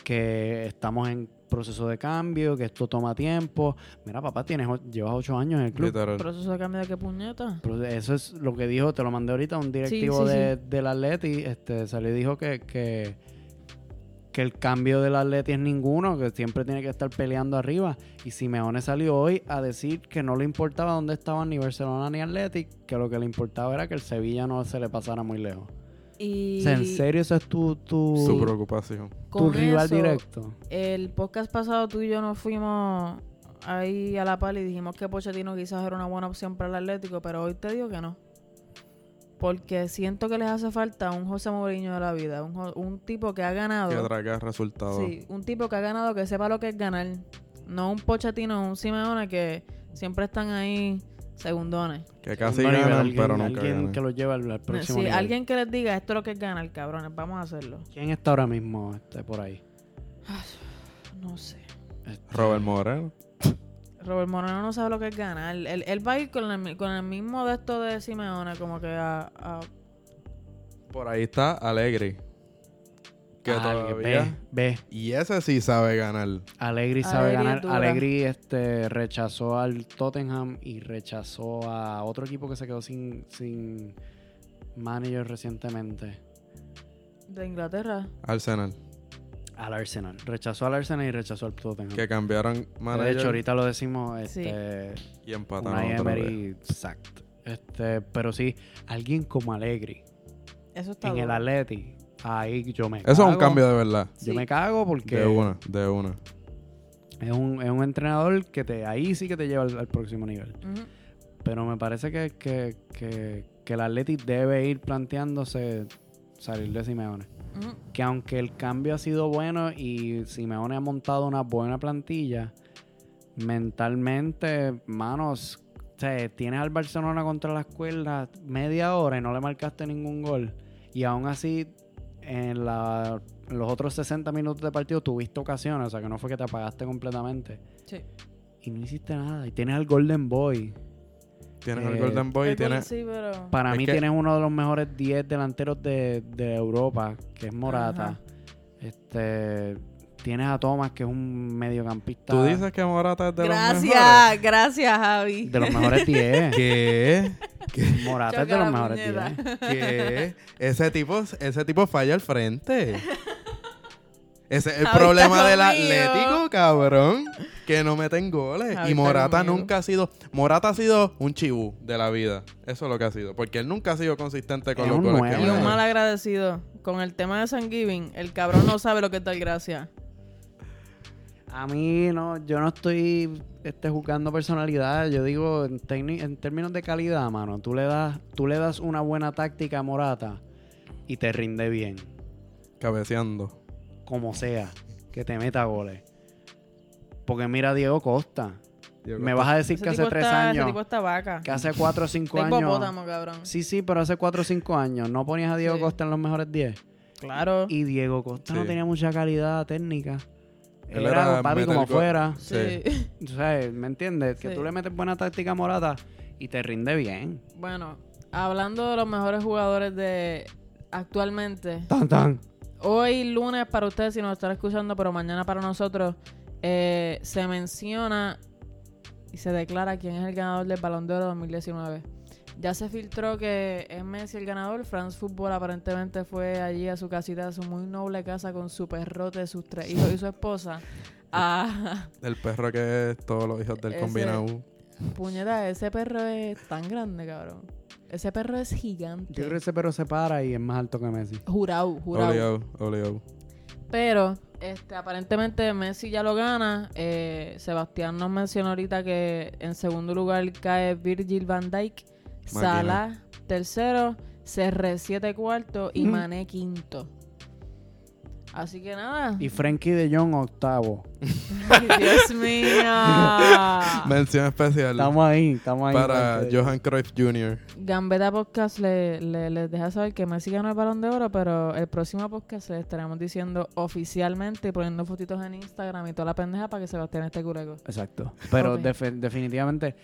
A: que estamos en proceso de cambio, que esto toma tiempo. Mira, papá, tienes o- llevas ocho años en el club.
C: Literal.
B: ¿Proceso de cambio de qué puñeta?
A: Pero Eso es lo que dijo, te lo mandé ahorita, un directivo
B: sí,
A: de- del Atleti, este, salió y dijo que, que, que el cambio del Atleti es ninguno, que siempre tiene que estar peleando arriba. Y Simeone salió hoy a decir que no le importaba dónde estaban ni Barcelona ni Atleti, que lo que le importaba era que el Sevilla no se le pasara muy lejos.
B: Y
A: O sea, en serio, eso es tu, tu,
C: Su
B: Sí.
C: preocupación.
A: tu
B: con
A: rival
B: eso,
A: directo.
B: El podcast pasado tú y yo nos fuimos ahí a la pala y dijimos que Pochettino quizás era una buena opción para el Atlético, pero hoy te digo que no. Porque siento que les hace falta un José Mourinho de la vida, un, jo- un tipo que ha ganado.
C: Que traiga resultados.
B: Sí, un tipo que ha ganado que sepa lo que es ganar. No un Pochettino, un Simeone que siempre están ahí segundones.
C: Que casi
A: Bueno,
C: ganan,
A: alguien,
C: pero nunca
A: alguien
C: ganan.
A: que lo lleva al, al próximo
B: Sí,
A: nivel.
B: alguien que les diga esto es lo que es ganar, cabrones, vamos a hacerlo.
A: ¿Quién está ahora mismo este, por ahí?
B: No sé.
A: Este,
C: Robert Moreno.
B: Robert Moreno no sabe lo que es ganar. Él, él va a ir con el, con el mismo de esto de Simeone, como que a, a-
C: Por ahí está Alegri. Que
A: alguien,
C: todavía...
A: Ah, Ve, ve.
C: Y ese sí sabe ganar.
A: Alegri sabe
B: Allegri
A: ganar.
B: dura.
A: Alegri este, rechazó al Tottenham y rechazó a otro equipo que se quedó sin, sin manager recientemente.
B: de Inglaterra.
C: Arsenal.
A: Al Arsenal. Rechazó al Arsenal y rechazó al Tottenham.
C: Que cambiaron
A: de
C: manager
A: hecho, ahorita lo decimos. Este,
C: y empataron
A: Unai
C: otra vez.
A: Emery, exacto. Este, pero sí, alguien como Alegri
B: Eso está
A: en el
B: duro.
A: Atleti, ahí yo me cago.
C: Eso es un cambio de verdad.
A: Yo
B: Sí.
A: me cago porque
C: De una, de una.
A: es un, es un entrenador que te ahí sí que te lleva al- al próximo nivel.
B: Ujú.
A: Pero me parece que, que, que, que el Athletic debe ir planteándose salir de Simeone.
B: Ujú.
A: Que aunque el cambio ha sido bueno y Simeone ha montado una buena plantilla, mentalmente, manos, o sea, tienes al Barcelona contra las cuerdas media hora y no le marcaste ningún gol. Y aún así, en, la- en los otros 60 minutos de partido tuviste ocasiones, o sea que no fue que te apagaste completamente.
B: Sí.
A: Y no hiciste nada. Y tienes al Golden Boy.
C: Tienes
A: Eh,
C: el Golden Boy,
B: El gol
C: tienes...
B: Sí, pero...
A: Para
C: Es
A: mí
C: que-
A: tienes uno de los mejores 10 delanteros de, de Europa, que es Morata.
B: Ajá.
A: Este tienes a Thomas, que es un mediocampista
C: Tú dices que Morata es de los mejores.
B: Gracias, gracias, Javi.
A: de los mejores 10.
C: ¿Qué?
A: Morata es de
B: Choca
A: los
B: la
A: mejores
B: puñeta.
A: 10.
C: ¿Qué? Ese tipo, ese tipo falla al frente. Ese es
B: Javi
C: el
B: está
C: problema del
B: conmigo.
C: Atlético, cabrón. Que no meten goles.
B: Javi
C: y
B: está
C: Morata
B: conmigo.
C: nunca ha sido. Morata ha sido un chibú de la vida. Eso es lo que ha sido. Porque él nunca ha sido consistente con
A: Es
C: los
A: un
C: goles.
A: nueve.
C: que
B: Y
C: ha
B: un
A: Ajá.
C: metido.
B: mal agradecido. Con el tema de San Giving, el cabrón no sabe lo que es dar gracias.
A: A mí no, yo no estoy este, juzgando personalidad. Yo digo, en, tecni- en términos de calidad, mano, tú le das, tú le das una buena táctica a Morata y te rinde bien.
C: Cabeceando.
A: Como sea, que te meta goles. Porque mira a Diego Costa. Me vas a decir
B: Ese
A: que hace
B: tipo
A: tres
B: está- ese
A: años.
B: tipo está vaca.
A: Que hace 4 o 5
B: Está
A: años.
B: hipopótamo, cabrón.
A: Sí, sí, pero hace 4 o 5 años no ponías a Diego
B: Sí.
A: Costa en los mejores 10.
B: Claro.
A: Y Diego Costa no
C: Sí.
A: tenía mucha calidad técnica.
C: Él
A: Era,
C: era
A: papi
C: meter
A: como
C: gol.
A: fuera.
B: Sí.
A: O sea, ¿me entiendes? Que
B: Sí.
A: tú le metes buena táctica a morada y te rinde bien.
B: Bueno, hablando de los mejores jugadores de actualmente,
A: Tan, tan.
B: hoy lunes para ustedes si nos están escuchando, pero mañana para nosotros, eh, se menciona y se declara quién es el ganador del Balón de Oro 2019. Ya se filtró que es Messi el ganador. France Football aparentemente fue allí a su casita, a su muy noble casa con su perrote, sus tres hijos y su esposa. Ah, A
C: El perro que es todos los hijos del
B: Ese-
C: combinado.
B: puñeta, ese perro es tan grande, cabrón. Ese perro es gigante.
A: Yo creo que ese perro se para y es más alto que Messi.
B: Jurado, jurado.
C: Obligado, obligado.
B: Pero este, aparentemente Messi ya lo gana. Eh, Sebastián nos mencionó ahorita que en segundo lugar cae Virgil van Dijk,
C: Máquina.
B: Salah tercero, CR7 cuarto y Mané quinto. Así que nada.
A: Y Frankie de Jong octavo.
B: Dios mío.
C: Mención especial
A: Estamos ahí, estamos ahí.
C: para
A: Frankie de Jong.
C: Johan Cruyff Jr.
B: Gambeta Podcast le, le- les deja saber que Messi ganó el balón de oro, pero el próximo podcast le estaremos diciendo oficialmente y poniendo fotitos en Instagram y toda la pendeja para que Sebastián esté cureco.
A: Exacto. Pero
B: Ok.
A: defe- definitivamente,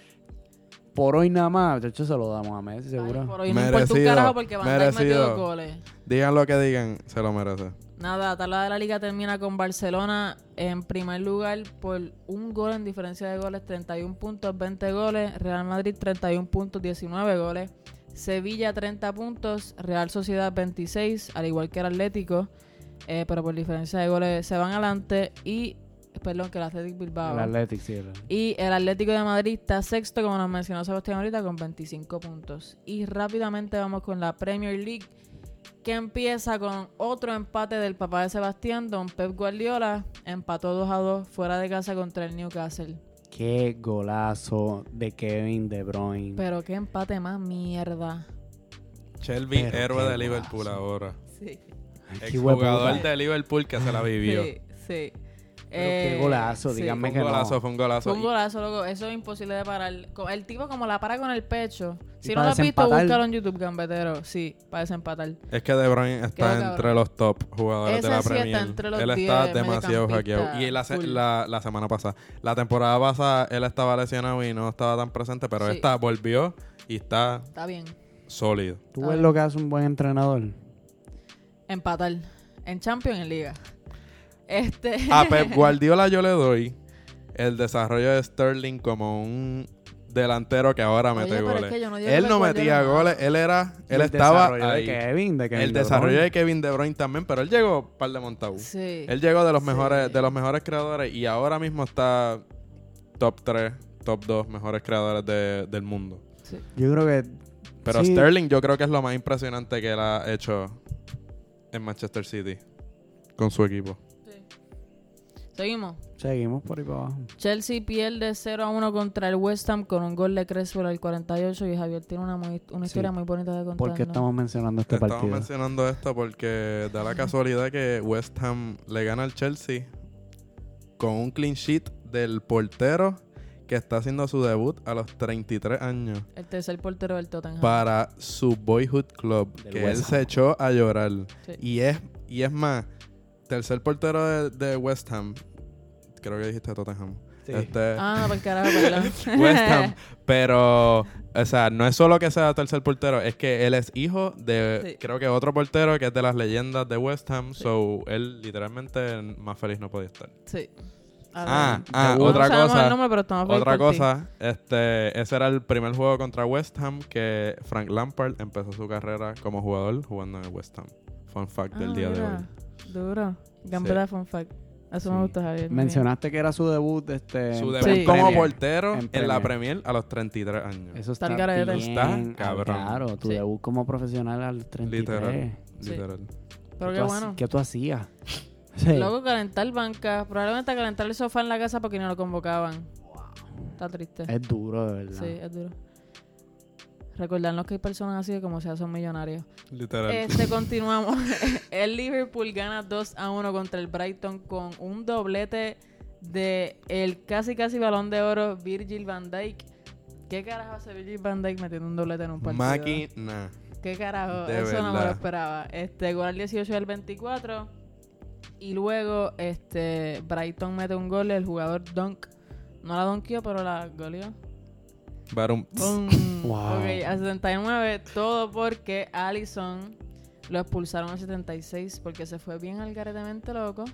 A: por hoy nada más, de hecho se lo damos a Messi, seguro.
B: Ay, por hoy no importa un
C: Merecido,
B: carajo porque Van Dijk metió
C: merecido.
B: dos goles.
C: Digan lo que digan, se lo merece.
B: Nada, la tabla de la liga termina con Barcelona en primer lugar por un gol en diferencia de goles, 31 puntos, 20 goles. Real Madrid 31 puntos, 19 goles. Sevilla 30 puntos, Real Sociedad 26, al igual que el Atlético, eh, pero por diferencia de goles se van adelante y, perdón, que el Atlético Bilbao.
A: El Athletic, sí. el-
B: Y el Atlético de Madrid está sexto, como nos mencionó Sebastián ahorita, con 25 puntos. Y rápidamente vamos con la Premier League, que empieza con otro empate del papá de Sebastián, don Pep Guardiola. Empató 2 a 2 fuera de casa contra el Newcastle.
A: Qué golazo de Kevin De Bruyne.
B: Pero qué empate más mierda.
C: Shelby,
A: Pero
C: héroe
A: qué
C: de Liverpool
A: golazo.
C: ahora.
B: Sí,
A: Ay, qué
C: Exjugador
A: hueputa.
C: de Liverpool que se la vivió.
B: sí, sí. Eh,
A: Pero qué golazo, díganme
C: Fue un
A: que no.
C: golazo, fue un golazo.
B: Fue un golazo, loco. Eso es imposible de parar. Co- El tipo como la para con el pecho.
A: Y
B: Si no
A: para
B: lo has visto,
A: desempatar.
B: búscalo en YouTube, gambetero. Sí, para desempatar.
C: Es que De Bruyne
B: Quedó
C: está
B: cabrón.
C: entre los top jugadores
B: Ese
C: de
B: sí
C: la
B: está
C: Premier.
B: entre los
C: él está
B: 10
C: demasiado
B: mediocampista
C: hackeado. Y la, se-
B: full.
C: la- la semana pasada, la temporada pasada, él estaba lesionado y no estaba tan presente, pero
B: Sí.
C: esta volvió y está
B: Está bien.
C: sólido.
A: ¿Tú ves lo que hace un buen entrenador?
B: Empatar. En Champions y en Liga. Este.
C: A Pep Guardiola yo le doy el desarrollo de Sterling como un delantero que ahora
B: Oye,
C: mete
B: pero es
C: goles.
B: que yo no digo que
C: él
B: Pep
C: no
B: Guardiola
C: metía
B: no.
C: goles, él era,
A: El
C: él estaba
A: desarrollo de
C: ahí.
A: Kevin, de Kevin
C: el
A: De
C: desarrollo
A: Bruyne.
C: de Kevin De Bruyne también, pero él llegó un par de montado.
B: Sí.
C: Él llegó de los mejores
B: Sí.
C: de los mejores creadores y ahora mismo está top 3, top 2 mejores creadores de- del mundo.
B: sí.
A: Yo creo que.
C: Pero
A: sí,
C: Sterling yo creo que es lo más impresionante que él ha hecho en Manchester City con su equipo.
B: Seguimos.
A: Seguimos por ahí para abajo.
B: Chelsea pierde 0 a 1 contra el West Ham con un gol de Creswell al 48 y Javier tiene una, muy- una
A: Sí.
B: historia muy bonita de contar.
A: ¿Por qué
B: ¿no?
A: estamos mencionando este
C: Estamos
A: partido?
C: mencionando esto porque da la casualidad que West Ham le gana al Chelsea con un clean sheet del portero que está haciendo su debut a los 33 años
B: El tercer portero del Tottenham.
C: para su Boyhood Club,
A: Del
C: que
A: West
C: él
A: Ham.
C: se echó a llorar.
B: Sí.
C: Y es y es más, tercer portero de, de West Ham, creo que dijiste Tottenham. Este,
B: Ah, por carajo, perdón.
C: West Ham. Pero, o sea, no es solo que sea tercer portero, es que él es hijo de,
B: Sí.
C: creo que otro portero que es de las leyendas de West Ham.
B: Sí.
C: So, él literalmente más feliz no podía estar.
B: sí.
C: Ah,
B: Ahora,
C: ah,
A: No
C: otra
B: sabemos
C: cosa.
B: el nombre, pero estamos felices
C: Otra
B: por ti.
C: cosa, este, ese era el primer juego contra West Ham que Frank Lampard empezó su carrera como jugador jugando en el West Ham. Fun fact
B: Ah,
C: del día de
B: mira.
C: hoy.
B: Duro. Gambera fun fact.
A: Sí.
B: Eso me gusta, Javier. muy bien.
A: Mencionaste que era su debut. Este,
C: Su
A: en
C: debut
B: Sí.
C: como
A: Premier.
C: portero
A: En
C: en, la
A: Premier.
C: Premier a los 33 años.
A: Eso
B: Está
A: está,
B: el garete.
A: bien.
C: Está cabrón.
A: Claro, tu
B: Sí.
A: debut como profesional al 33.
C: Literal.
B: Sí.
C: Literal.
B: Pero
A: ¿Qué
B: qué
A: tú ha-
B: bueno.
A: ¿Qué tú hacías? Sí.
B: Luego calentar banca. Probablemente a calentar el sofá en la casa porque no lo convocaban. Está triste.
A: Es duro, de verdad.
B: Sí, es duro. Recordarnos que hay personas así que como sea son millonarios.
C: Literal.
B: Este, continuamos. El Liverpool gana 2 a 1 contra el Brighton con un doblete de el casi casi balón de oro Virgil van Dijk. ¿Qué carajo hace Virgil van Dijk metiendo un doblete en un partido?
C: Máquina.
B: ¿Qué carajo?
C: De
B: Eso no me lo
C: verdad.
B: esperaba. Este, gol al 18 del 24. Y luego, este, Brighton mete un gol, el jugador Dunk. No la donkeó, pero la goleó.
C: Barum.
B: Boom.
A: Wow.
B: Ok, a 79, todo porque Allison lo expulsaron a 76 porque se fue bien al garetemente loco.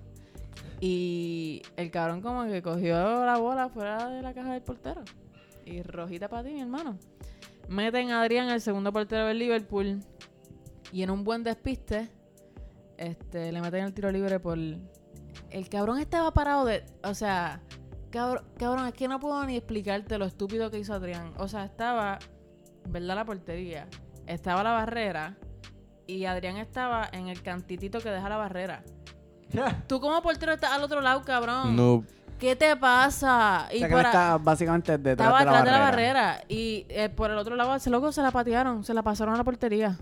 B: Y el cabrón como que cogió la bola fuera de la caja del portero. Y rojita para ti, mi hermano. Meten a Adrián, el segundo portero del Liverpool. Y en un buen despiste, este, le meten el tiro libre por... El cabrón estaba parado de... O sea, cabr- cabrón, es que no puedo ni explicarte lo estúpido que hizo Adrián. O sea, estaba, ¿verdad? La portería. Estaba la barrera. Y Adrián estaba en el cantitito que deja la barrera. Tú como portero estás al otro lado, cabrón.
C: Noob.
B: ¿Qué te pasa?
A: O sea, que él
B: para-
A: está básicamente detrás,
B: estaba
A: de, la
B: atrás
A: barrera.
B: de la barrera. Y eh, por el otro lado, ese loco se la patearon, se la pasaron a la portería.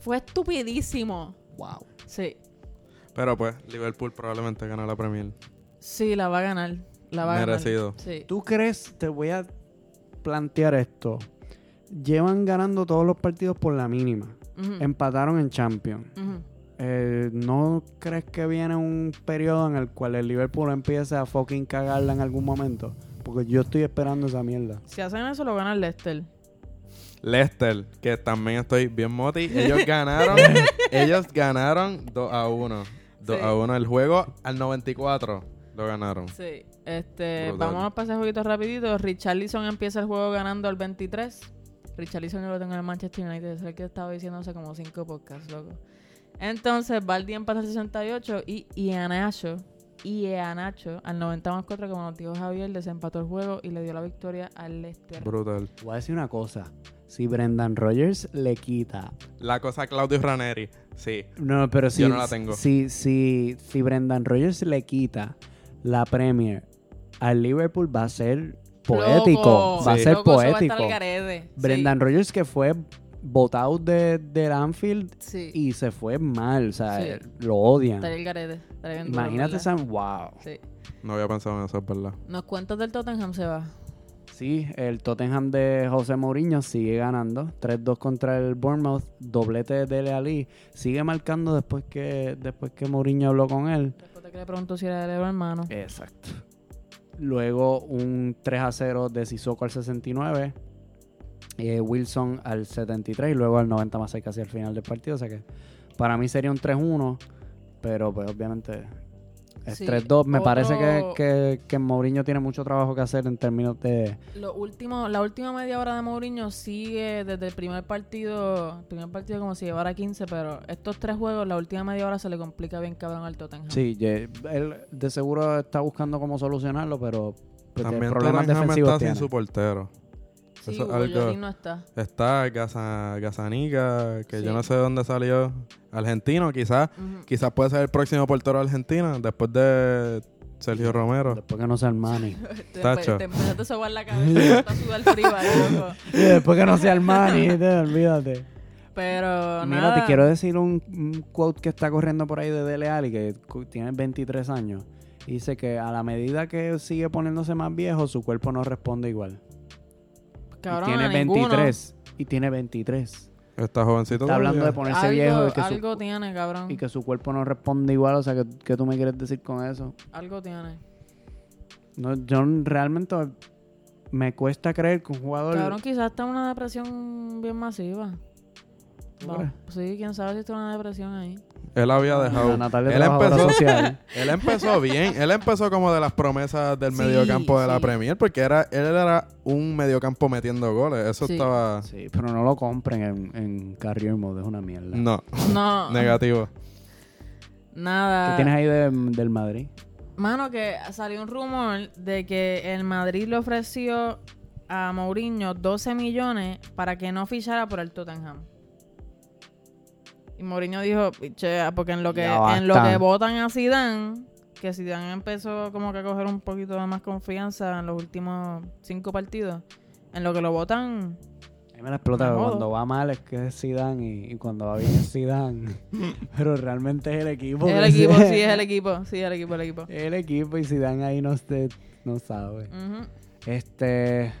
B: Fue estupidísimo.
A: Wow.
B: Sí,
C: Pero pues, Liverpool probablemente gana la Premier.
B: sí, la va a ganar. La va a
C: Merecido.
B: ganar. Sí.
A: ¿Tú crees? Te voy a plantear esto. Llevan ganando todos los partidos por la mínima.
B: Ujú,
A: Empataron en Champions.
B: ujú.
A: Eh, ¿No crees que viene un periodo en el cual el Liverpool empiece a fucking cagarla en algún momento? Porque yo estoy esperando esa mierda.
B: Si hacen eso, lo gana el Lester.
C: Leicester, que también estoy bien moti. Ellos ganaron. ellos ganaron 2 a 1. 2
B: Sí.
C: a 1. El juego al 94 lo ganaron.
B: Sí. Este,
C: Brutal.
B: vamos a pasar jueguitos rapidito. Richarlison empieza el juego ganando al 23. Richarlison yo lo tengo en el Manchester United. Es el que estaba diciendo hace como cinco podcasts, loco. Entonces, Baldi empata al 68 y Ianacho, Ianacho al 90 más 4, como nos dijo Javier, desempató el juego y le dio la victoria al Leicester.
C: Brutal.
A: Voy a decir una cosa. Si Brendan Rogers le quita.
C: La cosa Claudio Raneri. Sí.
A: No, pero si.
C: Yo no la tengo.
A: Si, si, si Brendan Rogers le quita la Premier al Liverpool, va a ser poético.
B: Loco,
A: Va a
C: Sí.
A: ser
B: loco, eso va a
A: poético.
B: estar al garete. Sí,
A: Brendan Rogers que fue votado de, del Anfield
B: Sí.
A: y se fue mal. O sea,
B: Sí.
A: eh, lo odian.
B: Estaría el garete. estaría bien duro,
A: Imagínate
B: ¿verdad?
A: esa. Wow.
B: Sí.
C: No había pensado en eso, es verdad.
B: Nos cuentas del Tottenham, se va.
A: Sí, el Tottenham de José Mourinho sigue ganando. 3-2 contra el Bournemouth. Doblete de Dele Alli. Sigue marcando después que, después que Mourinho habló con él.
B: Después de que le pregunto si era el hermano.
A: Exacto. Luego un 3-0 de Sissoko al 69. eh, Wilson al 73 y luego al 90 más 6 casi al final del partido. O sea que para mí sería un 3-1. Pero pues obviamente es
B: Sí,
A: 3-2. Me parece que,
B: otro-
A: que, que Mourinho tiene mucho trabajo que hacer en términos de...
B: Lo último, la última media hora de Mourinho sigue desde el primer partido, el primer partido como si llevara 15, pero estos tres juegos, la última media hora se le complica bien cabrón al Tottenham.
A: Sí, ye- él de seguro está buscando cómo solucionarlo, pero pues, de
C: También
A: problemas
C: Tottenham
A: defensivos
C: está
A: tiene.
C: sin su portero.
B: Sí,
C: Eso es
B: Hugo
C: algo-
B: Lloris no está.
C: Está Gaza- Gazzaniga, que yo
B: Sí.
C: no sé dónde salió. Argentino, quizás.
B: Ujú.
C: Quizás puede ser el próximo portero de Argentina después de Sergio Romero.
A: Después que no sea Armani.
B: Te,
C: Tacho.
B: te empezaste a sobar la cabeza, te a sudar frío, loco.
A: Y después que no sea Armani, te- olvídate.
B: Pero
A: Mira,
B: nada.
A: te quiero decir un, un quote que está corriendo por ahí de Dele Alli, que cu- tiene 23 años. Y Dice que a la medida que sigue poniéndose más viejo, su cuerpo no responde igual. Y
B: Cabrón,
A: tiene
B: a ninguno.
A: 23. Y tiene 23.
C: Está jovencito.
A: Está hablando de
C: todavía.
A: ponerse
B: algo,
A: viejo y que, su,
B: algo tiene, cabrón.
A: y que su cuerpo no responde igual. O sea, ¿qué, qué tú me quieres decir con eso?
B: Algo tiene.
A: No, yo realmente me cuesta creer que un jugador...
B: Cabrón, quizás está en una depresión bien masiva.
A: ¿Tú
B: Va-
A: crees?
B: Sí, quién sabe si está en una depresión ahí.
C: Él había
A: La
C: dejado.
A: Natalia
C: Él
A: trabajadora
C: empezó-
A: social.
C: Él empezó bien. Él empezó como de las promesas del
B: Sí,
C: mediocampo de la
B: sí.
C: Premier, porque era, él era un mediocampo metiendo goles. Eso
B: Sí.
C: estaba.
A: Sí, pero no lo compren en, en Carrier Mode, es una mierda.
C: No,
B: No,
C: negativo.
A: ¿Qué
B: nada.
A: tienes ahí de- del Madrid?
B: Mano, que salió un rumor de que el Madrid le ofreció a Mourinho 12 millones para que no fichara por el Tottenham. Y Mourinho dijo, che, porque en lo que
A: Ya
B: en lo
A: basta.
B: que votan a Zidane, que Zidane empezó como que a coger un poquito de más confianza en los últimos cinco partidos, en lo que lo votan,
A: A mí me la explota
B: Ni
A: que
B: modo.
A: cuando va mal es que es Zidane y, y cuando va bien es Zidane. Pero realmente es el equipo.
B: es el
A: que
B: equipo,
A: se-
B: sí, es el equipo, sí, es el equipo, el equipo.
A: El equipo y Zidane ahí no, se- no sabe.
B: Ujú.
A: Este...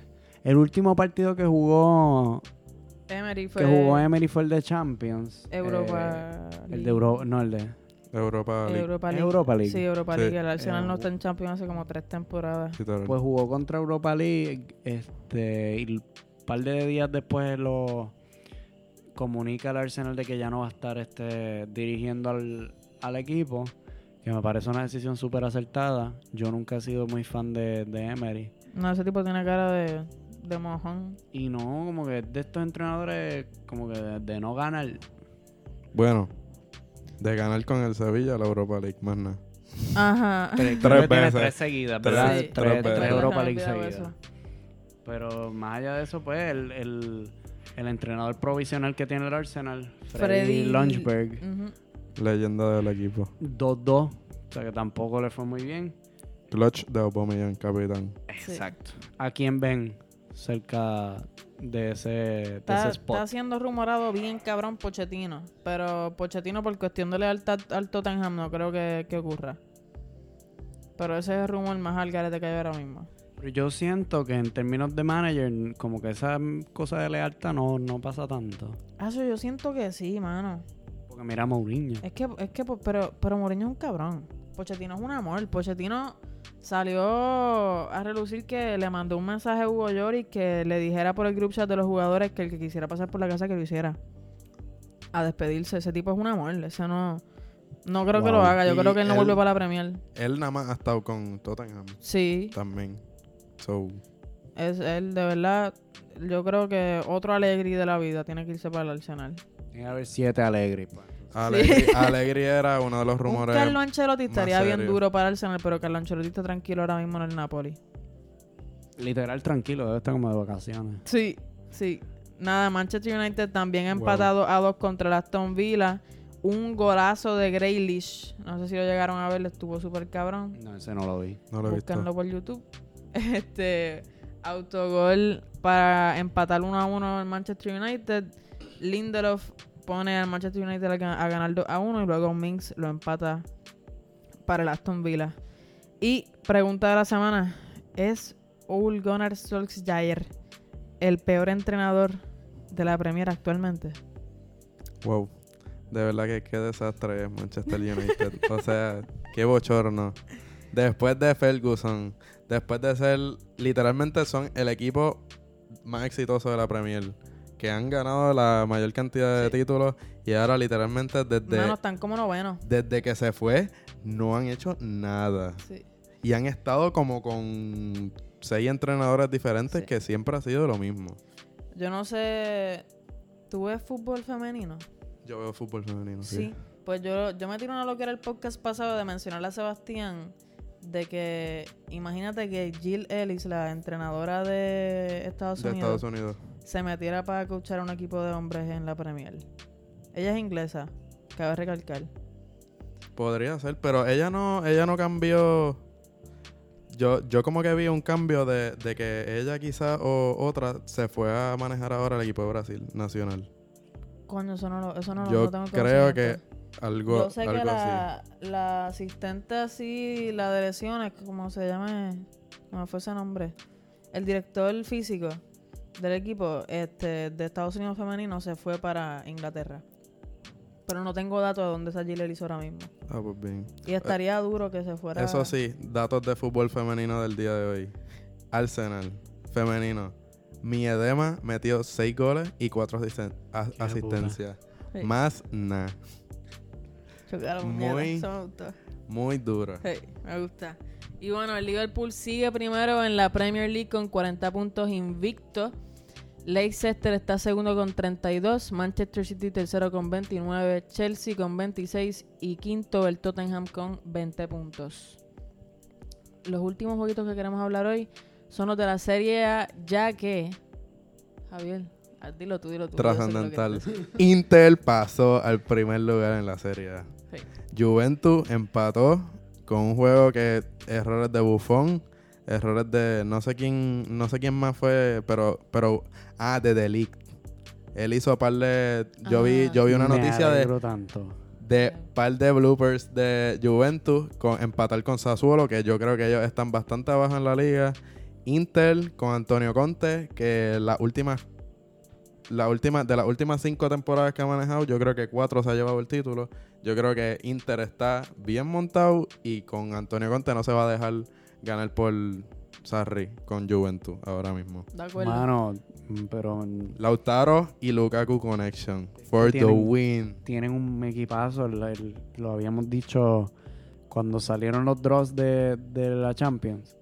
A: El último partido que jugó
B: Emery fue
A: que jugó Emery fue el de Champions. Eh,
B: Europa.
A: el
B: League.
A: de Europa... No, el de...
C: Europa League.
B: Europa League.
A: Europa League.
B: Sí, Europa
C: Sí.
B: League. El Arsenal
A: Eh,
B: no está en Champions hace como tres temporadas.
C: Sí, tal-
A: Pues jugó contra Europa League, este, y un par de días después lo comunica al Arsenal de que ya no va a estar este, dirigiendo al, al equipo, que me parece una decisión súper acertada. Yo nunca he sido muy fan de, de Emery.
B: No, ese tipo tiene cara de, de mojón.
A: Y no, como que de estos entrenadores, como que de, de no ganar.
C: Bueno, de ganar con el Sevilla la Europa League, más nada.
B: Ajá.
A: Tres,
C: Tres veces.
A: tres seguidas,
C: Tres-
A: ¿verdad?
B: sí.
A: Tres,
C: tres veces.
A: tres
B: Se me
A: Europa
B: había
A: League
B: olvidado
A: seguidas.
B: eso.
A: Pero más allá de eso, pues, el, el- el entrenador provisional que tiene el Arsenal, Freddy,
B: Freddy
A: Lundberg,
B: Ujú.
C: Leyenda del equipo.
A: 2-2. O sea que tampoco le fue muy bien.
C: Clutch de Aubameyang, capitán.
B: Sí.
A: ¿A quién ven cerca de ese, de
B: Está,
A: ese
B: está
A: spot?
B: siendo rumorado bien cabrón Pochettino. Pero Pochettino por cuestión de lealtad al Tottenham no creo que, que ocurra. Pero ese es el rumor más al garete que hay ahora mismo.
A: Pero yo siento que en términos de manager, como que esa mm, cosa de lealtad no, no pasa tanto.
B: Ah, eso yo siento que sí, mano.
A: Porque mira a Mourinho.
B: Es que, es que, po- pero, pero Mourinho es un cabrón. Pochettino es un amor. Pochettino salió a relucir que le mandó un mensaje a Hugo Lloris que le dijera por el group chat de los jugadores que el que quisiera pasar por la casa que lo hiciera. A despedirse. Ese tipo es un amor. Ese no. No creo que lo
A: Wow.
B: haga. Yo
C: Y
B: creo que él no vuelve
C: él-
B: para la Premier.
C: Él nada más ha estado con Tottenham
B: Sí.
C: también. So,
B: Es él, de verdad. Yo creo que otro alegría de la vida tiene que irse para el Arsenal.
A: Tiene que haber siete pues. alegres. pa.
C: Alegría, Alegría era uno de los
B: Un
C: rumores.
B: Carlo Ancelotti
C: más
B: estaría bien
C: serio.
B: duro para el Arsenal, pero Carlo Ancelotti está tranquilo ahora mismo en el Napoli.
A: Literal, tranquilo, debe estar como de vacaciones.
B: Sí, sí. Nada, Manchester United también empatado a dos contra el Aston Villa. Un golazo de Greylish. No sé si lo llegaron a ver, le estuvo súper cabrón.
A: No, ese no lo vi.
C: No lo he
B: Búsquenlo
C: visto.
B: por YouTube. Este autogol para empatar 1 a 1 al Manchester United. Lindelof pone al Manchester United a ga- a ganar 2 a 1 y luego Minx lo empata para el Aston Villa. Y pregunta de la semana: ¿Es Ole Gunnar Solskjaer el peor entrenador de la Premier actualmente?
C: Wow. De verdad que qué desastre es Manchester United. o sea, qué bochorno. Después de Ferguson, después de ser literalmente son el equipo más exitoso de la Premier, que han ganado la mayor cantidad de títulos y ahora literalmente desde
B: Mano, están como noveno.
C: desde que se fue no han hecho nada.
B: Sí.
C: Y han estado como con seis entrenadores diferentes
B: Sí.
C: que siempre ha sido lo mismo.
B: Yo no sé. ¿Tú ves fútbol femenino?
C: Yo veo fútbol femenino, sí.
B: Sí, pues yo, yo me tiro una loquera el podcast pasado de mencionarle a Sebastián de que imagínate que Jill Ellis, la entrenadora de Estados
C: de
B: Unidos,
C: Estados Unidos.
B: se metiera para coachar a un equipo de hombres en la Premier. Ella es inglesa, cabe recalcar.
C: Podría ser, pero ella no, ella no cambió yo, yo como que vi un cambio de, de que ella quizá o otra se fue a manejar ahora el equipo de Brasil Nacional.
B: Coño, eso no lo, eso no lo-
C: yo
B: no tengo
C: creo que
B: conocimiento.
C: algo,
B: Yo sé
C: algo
B: que
C: así.
B: la, la asistente así, la de lesiones, que como se llame, no me fue ese nombre. El director físico del equipo este de Estados Unidos femenino se fue para Inglaterra. Pero no tengo datos de dónde está Gilles Ellis ahora mismo.
C: Ah, pues bien.
B: Y estaría duro que se fuera.
C: Eso sí, datos de fútbol femenino del día de hoy. Arsenal, femenino. Mi edema metió 6 goles y 4
A: puta.
C: asistencias.
B: Sí.
C: Más nada.
B: Chocaron
C: Muy-
B: puñetas, eso me gustó.
C: Muy dura.
B: Sí, me gusta. Y bueno, el Liverpool sigue primero en la Premier League con 40 puntos invicto. Leicester está segundo con 32, Manchester City tercero con 29, Chelsea con 26 y quinto el Tottenham con 20 puntos. Los últimos jueguitos que queremos hablar hoy son los de la Serie A, ya que... Javier, ah, dilo tú, dilo tú. yo sé lo que
C: Trascendental.
B: quieres decir.
C: Inter pasó al primer lugar en la Serie A.
B: Sí.
C: Juventus empató con un juego que errores de Buffon, errores de no sé quién, no sé quién más fue, pero pero ah, de Delict. Él hizo par de yo vi
B: Ah.
C: yo vi una
A: Me
C: noticia de
A: alegro tanto.
C: de par de bloopers de Juventus con empatar con Sassuolo, que yo creo que ellos están bastante abajo en la liga. Inter con Antonio Conte, que las últimas la última, de las últimas cinco temporadas que ha manejado, yo creo que cuatro se ha llevado el título. Yo creo que Inter está bien montado y con Antonio Conte no se va a dejar ganar por Sarri con Juventus ahora mismo.
B: De acuerdo.
A: Mano, mm, pero mm,
C: Lautaro y Lukaku Connection. For the
A: Tienen-
C: win.
A: tienen un equipazo. el- el- lo habíamos dicho cuando salieron los draws de, de la Champions.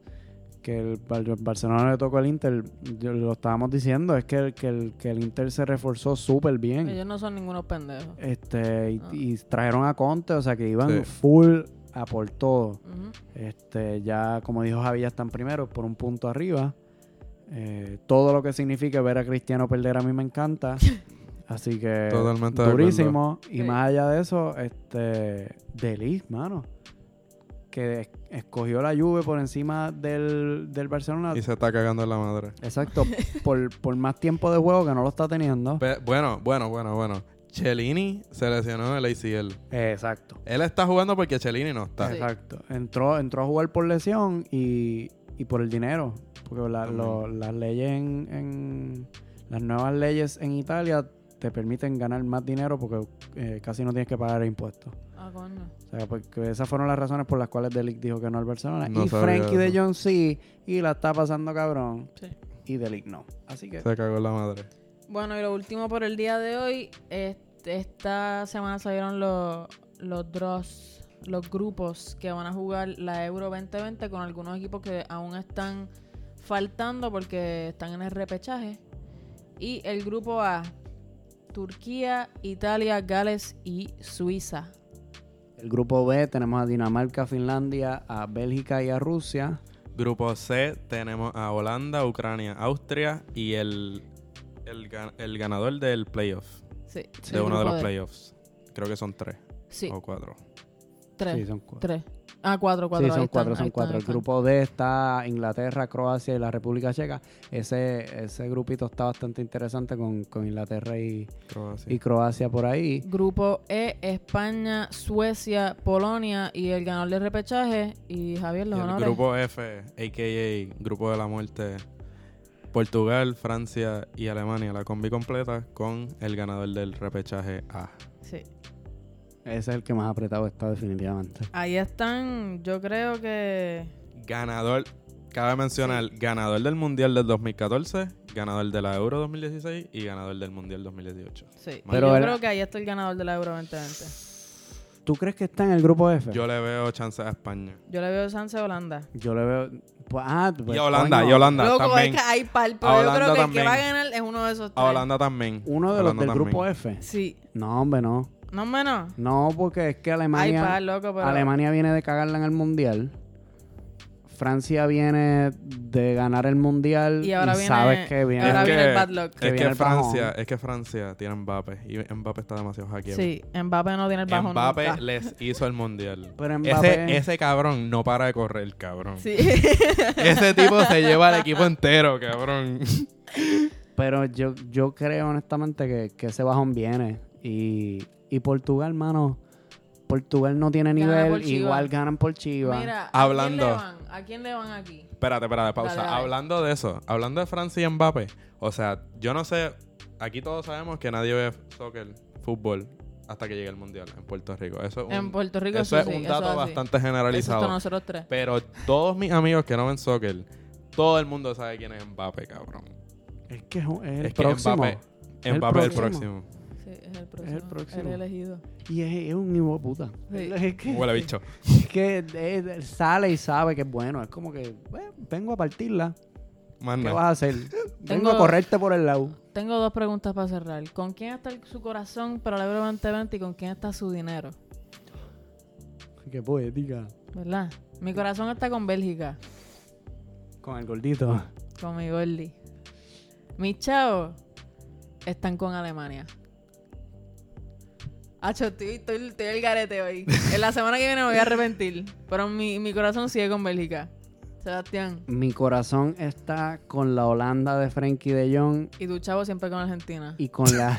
A: Que el, Bar- Barcelona le tocó al Inter. yo- lo estábamos diciendo. Es que el, que el, que el Inter se reforzó súper bien.
B: Ellos no son ningunos pendejos.
A: Este, y,
B: Ah.
A: y trajeron a Conte, o sea que iban
C: Sí.
A: full a por todo.
B: Ujú.
A: Este, ya, como dijo Javi, ya están primero por un punto arriba. Eh, todo lo que significa ver a Cristiano perder a mí me encanta. Así que
C: Totalmente de acuerdo.
A: durísimo. Y
B: Sí.
A: más allá de eso, este Delis, mano. Que es- escogió la Juve por encima del, del Barcelona.
C: Y se está cagando en la madre.
A: Exacto. por, por más tiempo de juego que no lo está teniendo.
C: Pe- bueno, bueno, bueno, bueno. Cellini se lesionó en el ACL.
A: Exacto.
C: Él está jugando porque Cellini no está.
B: Sí.
A: Exacto. Entró, entró a jugar por lesión y, y por el dinero. Porque la-
C: También.
A: lo- las leyes en, en- Las nuevas leyes en Italia te permiten ganar más dinero porque eh, casi no tienes que pagar impuestos.
B: Ah, coño.
A: O sea, porque esas fueron las razones por las cuales Delic dijo que no al Barcelona.
C: No
A: y
C: sabía
A: Frankie de
C: eso.
A: John sí, y la está pasando cabrón.
B: Sí.
A: Y Delic no. Así que.
C: Se cagó en la madre.
B: Bueno, y lo último por el día de hoy. este- esta semana salieron los, los draws, los grupos que van a jugar la Euro 2020 con algunos equipos que aún están faltando porque están en el repechaje. Y el grupo A, Turquía, Italia, Gales y Suiza.
A: El grupo B tenemos a Dinamarca, Finlandia, a Bélgica y a Rusia.
C: Grupo C tenemos a Holanda, Ucrania, Austria y el, el, ga- el ganador del playoff.
B: Sí,
C: De
B: el
C: uno de
B: grupo
C: los
B: D.
C: playoffs. Creo que son tres
B: Sí,
C: o cuatro.
B: tres.
A: Sí, son cuatro.
B: tres. Ah, cuatro, cuatro.
A: sí,
B: ahí
A: son
B: están,
A: cuatro,
B: ahí
A: son
B: están,
A: cuatro.
B: ahí
A: El
B: están.
A: grupo D está Inglaterra, Croacia y la República Checa. Ese, ese grupito está bastante interesante con, con Inglaterra y,
C: Croacia.
A: y Croacia por ahí.
B: Grupo E, España, Suecia, Polonia y el ganador del repechaje. Y Javier,
C: Y
B: los
C: el
B: honores.
C: grupo F, a.k.a. Grupo de la Muerte, Portugal, Francia y Alemania. La combi completa con el ganador del repechaje A.
B: Sí.
A: Ese es el que más apretado está definitivamente.
B: Ahí están, yo creo que.
C: Ganador, cabe mencionar, ganador del Mundial del 2014, ganador de la Euro 2016 y ganador del Mundial 2018.
B: Sí.
C: Pero
B: Pero yo
A: era-
B: creo que ahí está el ganador de la Euro 2020.
A: ¿Tú crees que está en el grupo F?
C: Yo le veo chance a España.
B: Yo le veo chance a Holanda.
A: Yo le veo... pues, ah,
C: y
A: pues,
C: a Holanda,
A: coño,
C: y a Holanda
B: Loco,
C: también.
B: es que hay par,
C: A
B: pero yo
C: Holanda
B: creo que el
C: también.
B: que va a ganar es uno de esos tres.
C: A Holanda también.
A: Uno de los
C: Holanda
A: del
C: también.
A: grupo E. F.
B: Sí.
A: No, hombre, no.
B: No menos.
A: No, porque es que
B: Hay
A: Alemania...
B: par, loco, pero.
A: Alemania viene de cagarla en el Mundial. Francia viene de ganar el mundial
B: Y ahora viene-
A: sabes que viene.
B: ahora
C: Es
B: viene
C: que-
B: el bad luck.
A: que
C: Es
A: viene
C: que
A: el bajón.
C: Francia, es que Francia tiene a Mbappé y Mbappé está demasiado hackeado.
B: Sí, Mbappé no tiene el bajo
C: Mbappé
B: nunca.
C: les hizo el mundial.
A: Pero
C: Ese,
A: Pues, Mbappé-
C: ese cabrón no para de correr, cabrón.
B: Sí.
C: Ese tipo se lleva al equipo entero, cabrón.
A: Pero yo, yo creo honestamente que, que ese bajón viene. Y, y Portugal, mano, Portugal no tiene
B: Gana
A: nivel,
B: por Chivas.
A: igual ganan por Chivas.
B: Mira, ¿a
C: Hablando.
B: quién le van? ¿A quién le van aquí?
C: Espérate, espérate, pausa.
B: Dale, dale.
C: Hablando de eso, hablando de Francia y Mbappé, o sea, yo no sé, aquí todos sabemos que nadie ve soccer, fútbol, hasta que llegue el Mundial en Puerto Rico. Eso es un,
B: en Puerto Rico
C: eso
B: sí,
C: es
B: sí,
C: un dato
B: eso es así.
C: bastante
B: Eso es
C: generalizado.
B: con nosotros tres.
C: Pero todos mis amigos que no ven soccer, todo el mundo sabe quién es Mbappé, cabrón.
A: Es que es un- es el
C: es que
A: próximo.
C: Mbappé,
A: El
C: Mbappé es el
A: próximo.
C: próximo.
B: Sí, es el próximo.
A: el próximo.
B: el elegido.
A: Y es, es un hijo de puta.
B: Sí.
A: Es que,
C: Huele bicho.
A: es que es- sale y sabe que es bueno. Es como que, bueno, vengo a partirla. ¿Qué
C: Manda.
A: vas a hacer? Vengo
B: Tengo-
A: a correrte por el lado.
B: Tengo dos preguntas para cerrar. ¿Con quién está el- su corazón para la Euro 2020 y con quién está su dinero?
A: Qué poética.
B: ¿Verdad? Mi corazón está con Bélgica,
A: Con el gordito.
B: con mi Gordy. Mis chavos están con Alemania. Acho, estoy, estoy, estoy el garete hoy. En la semana que viene me voy a arrepentir. Pero mi, mi corazón sigue con Bélgica. Sebastián.
A: Mi corazón está con la Holanda de Frankie de Jong
B: Y tu chavo siempre con Argentina.
A: y con la...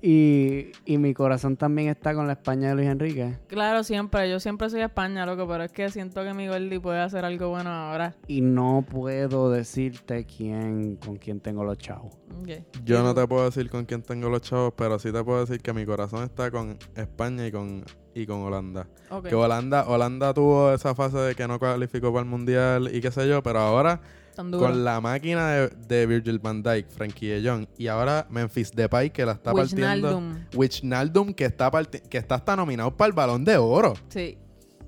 A: y, y mi corazón también está con la España de Luis Enrique.
B: Claro, siempre. Yo siempre soy de España, loco, pero es que siento que mi Gordy puede hacer algo bueno ahora.
A: Y no puedo decirte quién con quién tengo los chavos.
B: Ok.
C: Yo no te puedo decir con quién tengo los chavos, pero sí te puedo decir que mi corazón está con España y con, y con Holanda.
B: Ok.
C: Que Holanda, Holanda tuvo esa fase de que no cualificó para el Mundial y qué sé yo, pero ahora
B: Tan duro.
C: con la máquina de, de Virgil van Dijk, Frankie de Jong y ahora Memphis Depay que la está partiendo.
B: Wijnaldum.
C: Wijnaldum que está parti- que está hasta nominado para el Balón de Oro.
B: Sí.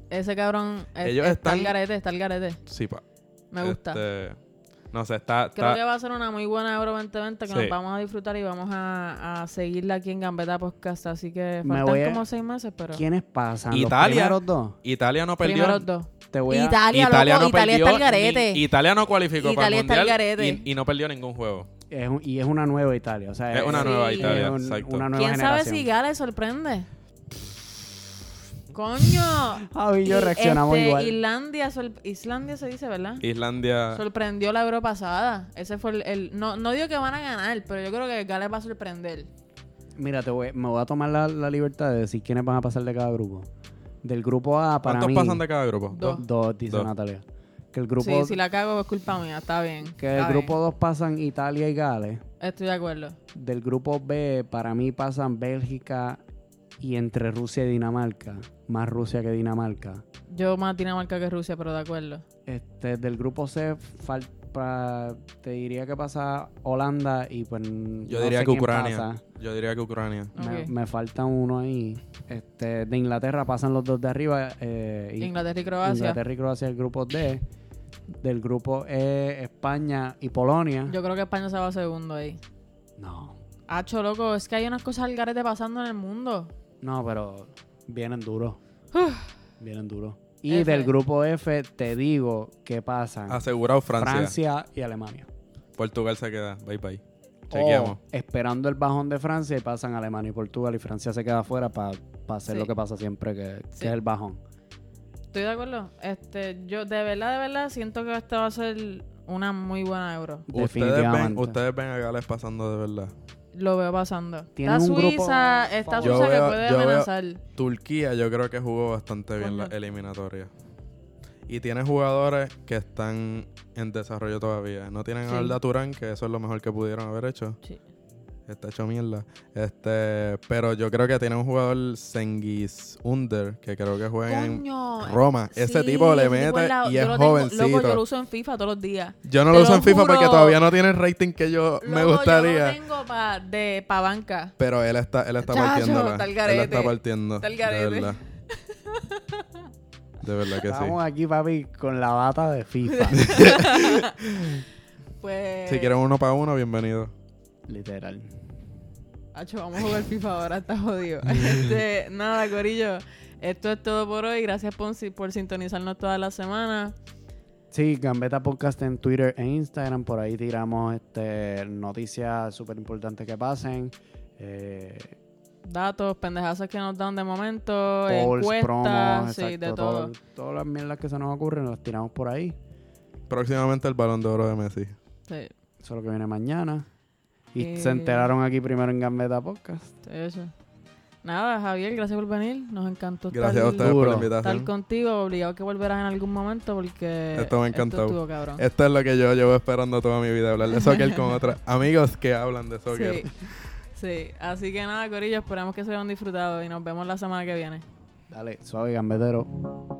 B: Ese cabrón es-
C: Ellos
B: está
C: están-
B: al garete, está al garete.
C: Sí, pa.
B: Me gusta.
C: Este, no sé, está...
B: Creo
C: está-
B: que va a ser una muy buena Euro 2020 que
C: Sí.
B: nos vamos a disfrutar y vamos a, a seguirla aquí en Gambeta Podcast. Así que
A: Me voy
B: faltan
A: a-
B: como seis meses, pero...
A: ¿Quiénes pasan?
C: Italia.
A: ¿Los primeros dos?
C: Italiano no perdió.
B: Primero los dos.
A: Te voy a...
B: Italia, loco. Italia está al garete.
C: ni- Italia no cualificó para
B: Italia
C: el
B: está al
C: mundial
B: garete.
C: y, y no perdió ningún juego.
A: es un- y es una nueva Italia. O sea,
C: Es una
B: Sí.
C: nueva
B: Es
C: Italia,
A: un-
C: exacto.
A: una nueva
B: ¿Quién sabe si
A: generación.
B: Gales sorprende? ¡Coño!
A: Javi y yo
B: Y,
A: reaccionamos
B: este,
A: igual.
B: Islandia, sol- Islandia se dice, ¿verdad?
C: Islandia.
B: Sorprendió la Euro pasada. Ese fue el, el- no, no digo que van a ganar, pero yo creo que Gales va a sorprender.
A: Mira, te voy- me voy a tomar la, la libertad de decir quiénes van a pasar de cada grupo. Del grupo A, para
C: ¿Cuántos
A: mí...
C: pasan de cada grupo?
B: Dos.
A: Dos, dice
C: Dos.
A: Natalia. Que el grupo,
B: Sí, si la cago es culpa mía, está bien.
A: que
B: está
A: del
B: bien.
A: grupo 2 pasan Italia y Gales.
B: Estoy de acuerdo.
A: Del grupo B, para mí pasan Bélgica y entre Rusia y Dinamarca. Más Rusia que Dinamarca.
B: Yo más Dinamarca que Rusia, pero de acuerdo.
A: Este, del grupo C, fal- pa- te diría que pasa Holanda y pues.
C: Yo
A: no
C: diría
A: sé
C: que
A: quién
C: Ucrania.
A: pasa.
C: Yo diría que Ucrania.
A: Me,
B: Ok.
A: me falta uno ahí. Este, de Inglaterra pasan los dos de arriba. eh, y-
B: Inglaterra y Croacia.
A: Inglaterra y Croacia el grupo D. Del grupo E, España y Polonia.
B: Yo creo que España se va segundo ahí.
A: No.
B: Hacho, loco, es que hay unas cosas al garete pasando en el mundo.
A: No, pero vienen duros. vienen duros. Y
B: F.
A: del grupo F te digo que pasan
C: Asegurado Francia.
A: Francia y Alemania.
C: Portugal se queda. Bye bye. Chequeamos.
A: O, esperando el bajón de Francia y pasan Alemania y Portugal y Francia se queda afuera para hacer
B: Sí.
A: lo que pasa siempre, que, que
B: Sí.
A: es el bajón.
B: Estoy de acuerdo. Este, yo de verdad, de verdad, siento que esta va a ser una muy buena euro.
C: Ustedes ven,
A: Oh, Definitivamente.
C: ustedes ven a Gales pasando de verdad.
B: Lo veo pasando.
A: Tiene
B: Está
A: un grupo
B: Suiza, está
C: favorito.
B: Suiza
C: Yo veo-
B: que puede
C: yo veo-
B: amenazar.
C: Turquía yo creo que jugó bastante bien la
B: Coño.
C: eliminatoria. Y tiene jugadores que están en desarrollo todavía. No tienen
B: Sí.
C: a Arda Turán, que eso es lo mejor que pudieron haber hecho.
B: Sí.
C: Está hecho mierda. Este, pero yo creo que tiene un jugador Senguis Under, que creo que juega en
B: Coño. eh,
C: Roma. ese tipo le
B: ese
C: mete
B: es la-
C: y
B: yo
C: es
B: lo tengo-
C: jovencito.
B: Loco, yo lo uso en FIFA todos los días.
C: Yo no
B: Te
C: lo uso
B: lo
C: en FIFA porque
B: juro.
C: todavía no tiene el rating que yo me
B: Loco, Yo
C: gustaría.
B: lo tengo pa, de pa banca.
C: Pero él está, él está
B: Chacho,
C: partiéndola.
B: está al
C: él
B: garete.
C: la está partiendo.
B: Está al garete.
C: De verdad. De verdad que
A: Estamos aquí, papi, con la bata de FIFA.
B: Pues
C: sí. Si quieren uno para uno, bienvenido.
A: Literal.
B: Acho, vamos a jugar FIFA ahora, está jodido. Este, nada, Corillo. Esto es todo por hoy. Gracias por, si- por sintonizarnos toda la semana.
A: Sí, Gambeta Podcast en Twitter e Instagram. Por ahí tiramos este, noticias súper importantes que pasen. Eh,
B: Datos, pendejazas que nos dan de momento,
A: polls,
B: encuestas,
A: promos,
B: sí,
A: exacto,
B: de todo.
A: todo- Todas las mierdas que se nos ocurren las tiramos por ahí.
C: Próximamente el balón de oro de Messi.
B: Sí,
A: Eso es lo que viene mañana. Y
B: Eh.
A: se enteraron aquí primero en Gambeta Podcast.
B: sí, eso. Nada, Javier, gracias por venir. Nos encantó
C: Gracias
B: estar,
C: a ustedes por
A: Duro.
C: la
B: estar
C: invitación.
B: contigo. Obligado que volverás en algún momento porque.
C: Esto me ha encantado.
B: estuvo cabrón.
C: Esto es lo que yo llevo esperando toda mi vida, hablar de soccer con otros amigos que hablan de soccer.
B: Sí. sí, así que nada, Corillo, esperamos que se hayan disfrutado y nos vemos la semana que viene.
A: Dale, suave, gambetero.